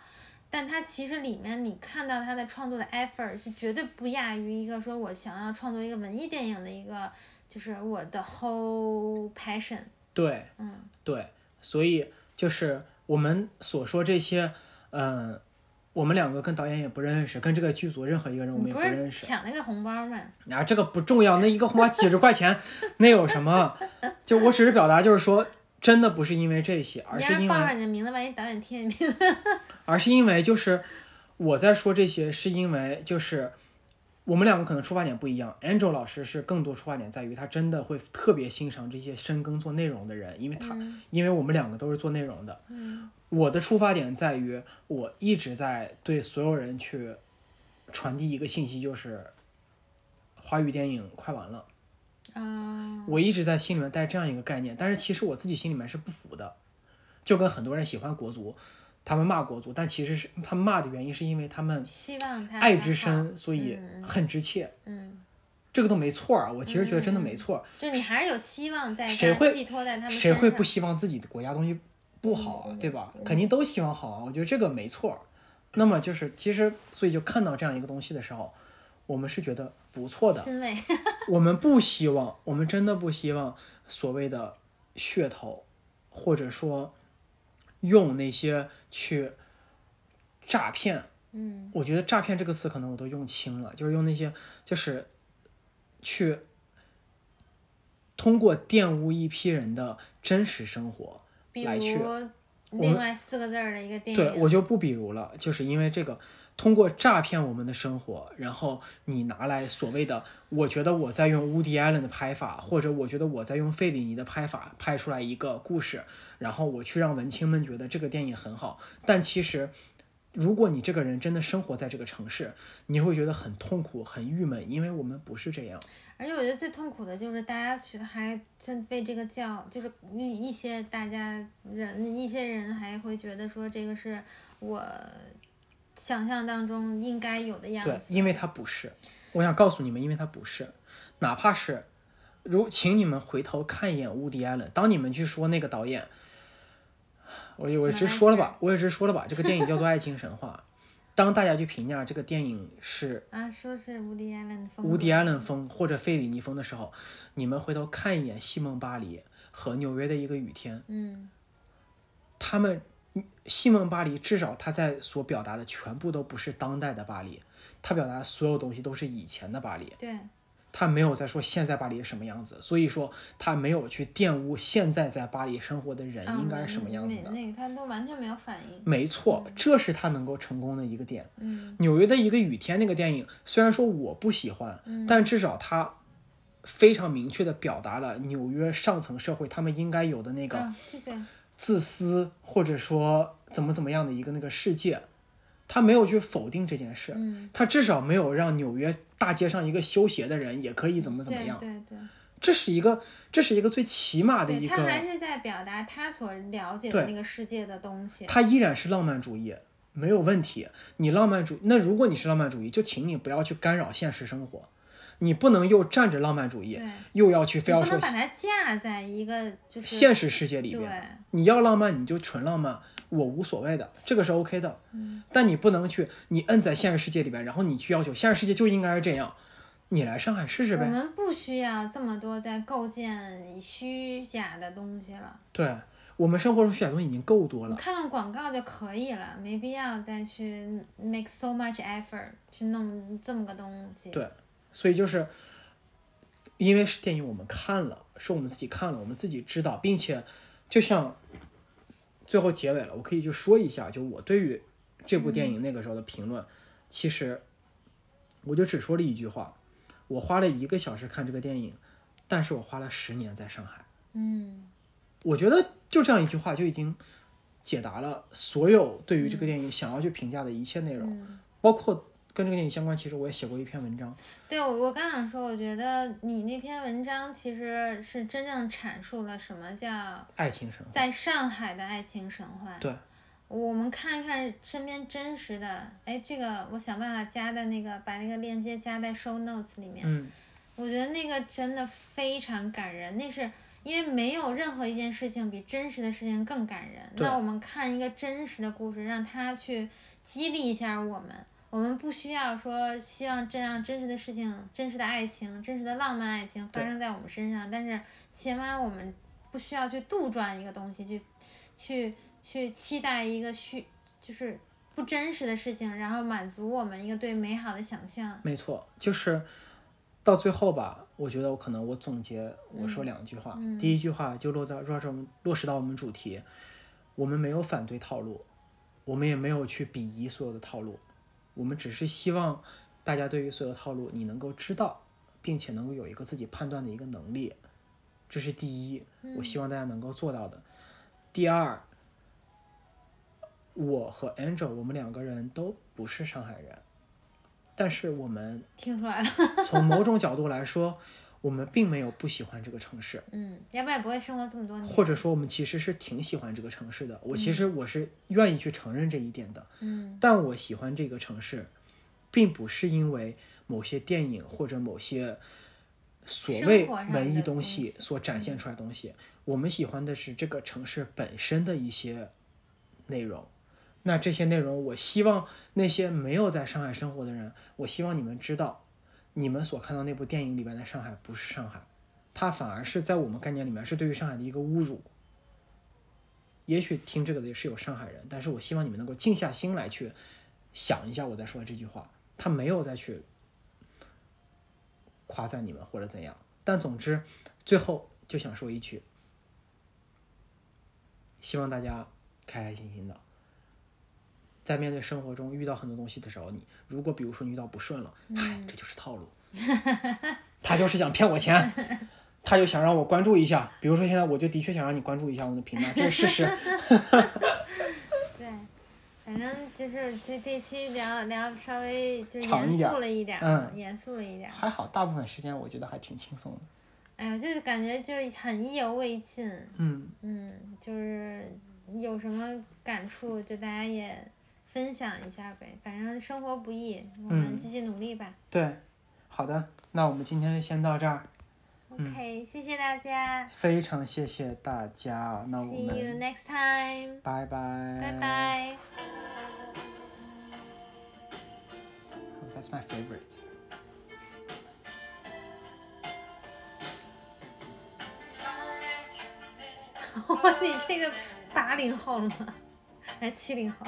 [SPEAKER 2] 但它其实里面你看到它的创作的 effort 是绝对不亚于一个说我想要创作一个文艺电影的一个，就是我的 whole passion，
[SPEAKER 3] 对，
[SPEAKER 2] 嗯，
[SPEAKER 3] 对，所以就是我们所说这些，嗯、我们两个跟导演也不认识，跟这个剧组任何一个人我们
[SPEAKER 2] 你
[SPEAKER 3] 也
[SPEAKER 2] 不
[SPEAKER 3] 认
[SPEAKER 2] 是
[SPEAKER 3] 识。
[SPEAKER 2] 抢了个红包吗？
[SPEAKER 3] 啊，这个不重要，那一个红包几十块钱，那有什么？ 就我只是表达，就是说，真的不是因为这些，而
[SPEAKER 2] 你
[SPEAKER 3] 是
[SPEAKER 2] 要
[SPEAKER 3] 因
[SPEAKER 2] 报
[SPEAKER 3] 为，
[SPEAKER 2] 上你的名字，万一导演贴你 名字，
[SPEAKER 3] 而是因为就是我在说这些，是因为就是。我们两个可能出发点不一样，Angel 老师是更多出发点在于他真的会特别欣赏这些深耕做内容的人，因为他
[SPEAKER 2] 嗯
[SPEAKER 3] 因为我们两个都是做内容的。我的出发点在于，我一直在对所有人去传递一个信息，就是华语电影快完了。
[SPEAKER 2] 嗯，
[SPEAKER 3] 我一直在心里面带这样一个概念，但是其实我自己心里面是不服的，就跟很多人喜欢国足，他们骂国足，但其实是他们骂的原因是因为他们
[SPEAKER 2] 希望他
[SPEAKER 3] 爱之
[SPEAKER 2] 还好，
[SPEAKER 3] 深，所以恨之切，
[SPEAKER 2] 嗯，
[SPEAKER 3] 这个都没错儿。我其实觉得真的没错儿，
[SPEAKER 2] 就你还是有希望在
[SPEAKER 3] 谁
[SPEAKER 2] 他
[SPEAKER 3] 会
[SPEAKER 2] 寄托在嗯他们嗯身
[SPEAKER 3] 谁
[SPEAKER 2] 上，
[SPEAKER 3] 会不希望自己的国家东西不好啊，对吧？肯定都希望好啊，我觉得这个没错儿。那么就是，其实所以就看到这样一个东西的时候，我们是觉得不错的。
[SPEAKER 2] 欣慰，
[SPEAKER 3] 我们不希望，我们真的不希望所谓的噱头，或者说用那些去诈骗。
[SPEAKER 2] 嗯，
[SPEAKER 3] 我觉得“诈骗”这个词可能我都用轻了，就是用那些就是去通过玷污一批人的真实生活。
[SPEAKER 2] 比
[SPEAKER 3] 来去
[SPEAKER 2] 如另外四个字儿的一个电
[SPEAKER 3] 对
[SPEAKER 2] 影，啊
[SPEAKER 3] 我就不比如了，就是因为这个。通过诈骗我们的生活，然后你拿来所谓的，我觉得我在用 Woody Allen 的拍法，或者我觉得我在用费里尼的拍法拍出来一个故事，然后我去让文青们觉得这个电影很好。但其实，如果你这个人真的生活在这个城市，你会觉得很痛苦、很郁闷，因为我们不是这样。
[SPEAKER 2] 而且我觉得最痛苦的就是大家去还真被这个教，就是一一些大家人一些人还会觉得说这个是我想象当中应该有的样
[SPEAKER 3] 对，
[SPEAKER 2] 子，
[SPEAKER 3] 因为它不是。我想告诉你们，因为它不是，哪怕是如，请你们回头看一眼乌迪·艾伦。当你们去说那个导演，我我直说了
[SPEAKER 2] 啊
[SPEAKER 3] 吧，我也直说了吧，这个电影叫做《爱情神话》。当大家去评价这个电影是
[SPEAKER 2] 啊，说是无敌艾伦的风格，
[SPEAKER 3] 无迪·艾伦风或者费里尼风的时候，你们回头看一眼《西蒙·巴黎》和《纽约的一个雨天》，
[SPEAKER 2] 嗯，
[SPEAKER 3] 他们西蒙巴黎至少他在所表达的全部都不是当代的巴黎，他表达的所有东西都是以前的巴黎。
[SPEAKER 2] 对，
[SPEAKER 3] 他没有在说现在巴黎是什么样子，所以说他没有去玷污现在在巴黎生活的人应该是什么样子
[SPEAKER 2] 的？
[SPEAKER 3] 的。
[SPEAKER 2] 啊那个他都完全没有反应，
[SPEAKER 3] 没错，这是他能够成功的一个点。
[SPEAKER 2] 嗯，
[SPEAKER 3] 纽约的一个雨天那个电影，虽然说我不喜欢，
[SPEAKER 2] 嗯
[SPEAKER 3] 但至少他非常明确的表达了纽约上层社会他们应该有的那个
[SPEAKER 2] 啊，对对，
[SPEAKER 3] 自私，或者说怎么怎么样的一个那个世界，他没有去否定这件事，
[SPEAKER 2] 嗯，
[SPEAKER 3] 他至少没有让纽约大街上一个修鞋的人也可以怎么怎么
[SPEAKER 2] 对
[SPEAKER 3] 样，
[SPEAKER 2] 对对。
[SPEAKER 3] 这是一个这是一个最起码的
[SPEAKER 2] 对
[SPEAKER 3] 一
[SPEAKER 2] 他还
[SPEAKER 3] 个，
[SPEAKER 2] 是在表达他所了解的
[SPEAKER 3] 对
[SPEAKER 2] 那个世界的东西。
[SPEAKER 3] 他依然是浪漫主义，没有问题。你浪漫主，那如果你是浪漫主义，就请你不要去干扰现实生活，你不能又站着浪漫主义，
[SPEAKER 2] 对，
[SPEAKER 3] 又要去非
[SPEAKER 2] 你
[SPEAKER 3] 要
[SPEAKER 2] 不
[SPEAKER 3] 说
[SPEAKER 2] 能把它架在一个就是
[SPEAKER 3] 现实世界里边。
[SPEAKER 2] 对，
[SPEAKER 3] 你要浪漫你就纯浪漫，我无所谓的，这个是 OK 的。
[SPEAKER 2] 嗯，
[SPEAKER 3] 但你不能去你摁在现实世界里边，然后你去要求现实世界就应该是这样，你来上海试试
[SPEAKER 2] 我
[SPEAKER 3] 呗。
[SPEAKER 2] 们不需要这么多在构建虚假的东西了，
[SPEAKER 3] 对我们生活中虚假东西已经够多
[SPEAKER 2] 你
[SPEAKER 3] 了，
[SPEAKER 2] 看看广告就可以了，没必要再去 make so much effort 去弄这么个东西。
[SPEAKER 3] 对所以就是因为是电影我们看了，是我们自己看了，我们自己知道，并且就像最后结尾了，我可以就说一下，就我对于这部电影那个时候的评论，其实我就只说了一句话：我花了一个小时看这个电影，但是我花了十年在上海。
[SPEAKER 2] 嗯，
[SPEAKER 3] 我觉得就这样一句话就已经解答了所有对于这个电影想要去评价的一切内容，
[SPEAKER 2] 嗯，
[SPEAKER 3] 包括跟这个电影相关。其实我也写过一篇文章，
[SPEAKER 2] 对我我刚想说，我觉得你那篇文章其实是真正阐述了什么叫
[SPEAKER 3] 爱情神话。
[SPEAKER 2] 在上海的爱情神话。
[SPEAKER 3] 对，
[SPEAKER 2] 我们看一看身边真实的，哎，这个我想办法加在那个把那个链接加在 show notes 里面。
[SPEAKER 3] 嗯，
[SPEAKER 2] 我觉得那个真的非常感人，那是因为没有任何一件事情比真实的事情更感人。
[SPEAKER 3] 对
[SPEAKER 2] 那我们看一个真实的故事，让它去激励一下我们。我们不需要说希望这样真实的事情、真实的爱情、真实的浪漫爱情发
[SPEAKER 3] 对
[SPEAKER 2] 生在我们身上，但是起码我们不需要去杜撰一个东西，去去去期待一个虚就是不真实的事情，然后满足我们一个对美好的想象。
[SPEAKER 3] 没错，就是到最后吧，我觉得我可能我总结我说两句话，
[SPEAKER 2] 嗯
[SPEAKER 3] 第一句话就落到落到落实到我们主题，我们没有反对套路，我们也没有去鄙夷所有的套路，我们只是希望大家对于所有的套路你能够知道，并且能够有一个自己判断的一个能力，这是第一，我
[SPEAKER 2] 嗯
[SPEAKER 3] 希望大家能够做到的。第二，我和 Angel 我们两个人都不是上海人，但是我们
[SPEAKER 2] 听出来了。
[SPEAKER 3] 从某种角度来说，我们并没有不喜欢这个城市，
[SPEAKER 2] 嗯，要不然也不会生活这么多年。
[SPEAKER 3] 或者说我们其实是挺喜欢这个城市的。我其实我是愿意去承认这一点的，
[SPEAKER 2] 嗯
[SPEAKER 3] 但我喜欢这个城市，并不是因为某些电影或者某些所谓
[SPEAKER 2] 生活上
[SPEAKER 3] 文艺
[SPEAKER 2] 的
[SPEAKER 3] 东
[SPEAKER 2] 东
[SPEAKER 3] 西
[SPEAKER 2] 西
[SPEAKER 3] 所展现出来的东西。我们喜欢的是这个城市本身的一些内容。那这些内容，我希望那些没有在上海生活的人，我希望你们知道，你们所看到那部电影里边的上海不是上海，它反而是在我们概念里面是对于上海的一个侮辱。也许听这个的也是有上海人，但是我希望你们能够静下心来去想一下我在说的这句话，他没有再去夸赞你们或者怎样。但总之，最后就想说一句，希望大家开开心心的。在面对生活中遇到很多东西的时候，你如果比如说你遇到不顺了，唉，这就是套路，他就是想骗我钱，他就想让我关注一下。比如说现在我就的确想让你关注一下我的频道，这是事实。
[SPEAKER 2] 对，反正就是这这期聊聊稍微就
[SPEAKER 3] 长一
[SPEAKER 2] 严
[SPEAKER 3] 点
[SPEAKER 2] 肃了一点，
[SPEAKER 3] 嗯，
[SPEAKER 2] 严肃了一点。
[SPEAKER 3] 还好，大部分时间我觉得还挺轻松的。
[SPEAKER 2] 哎呀，就是感觉就很意犹未尽，
[SPEAKER 3] 嗯，
[SPEAKER 2] 嗯，就是有什么感触就大家也分享一下呗。反正生活不易，我
[SPEAKER 3] 嗯
[SPEAKER 2] 们继续努力吧。
[SPEAKER 3] 对，好的，那我们今天就先到这儿，嗯
[SPEAKER 2] OK，谢谢大家
[SPEAKER 3] 非常谢谢大家，啊那我
[SPEAKER 2] ，See you
[SPEAKER 3] 们
[SPEAKER 2] next time，
[SPEAKER 3] 拜拜，
[SPEAKER 2] 拜。拜。
[SPEAKER 3] That's my favorite.
[SPEAKER 2] 哎哇，你这个八零后了吗？还七零后？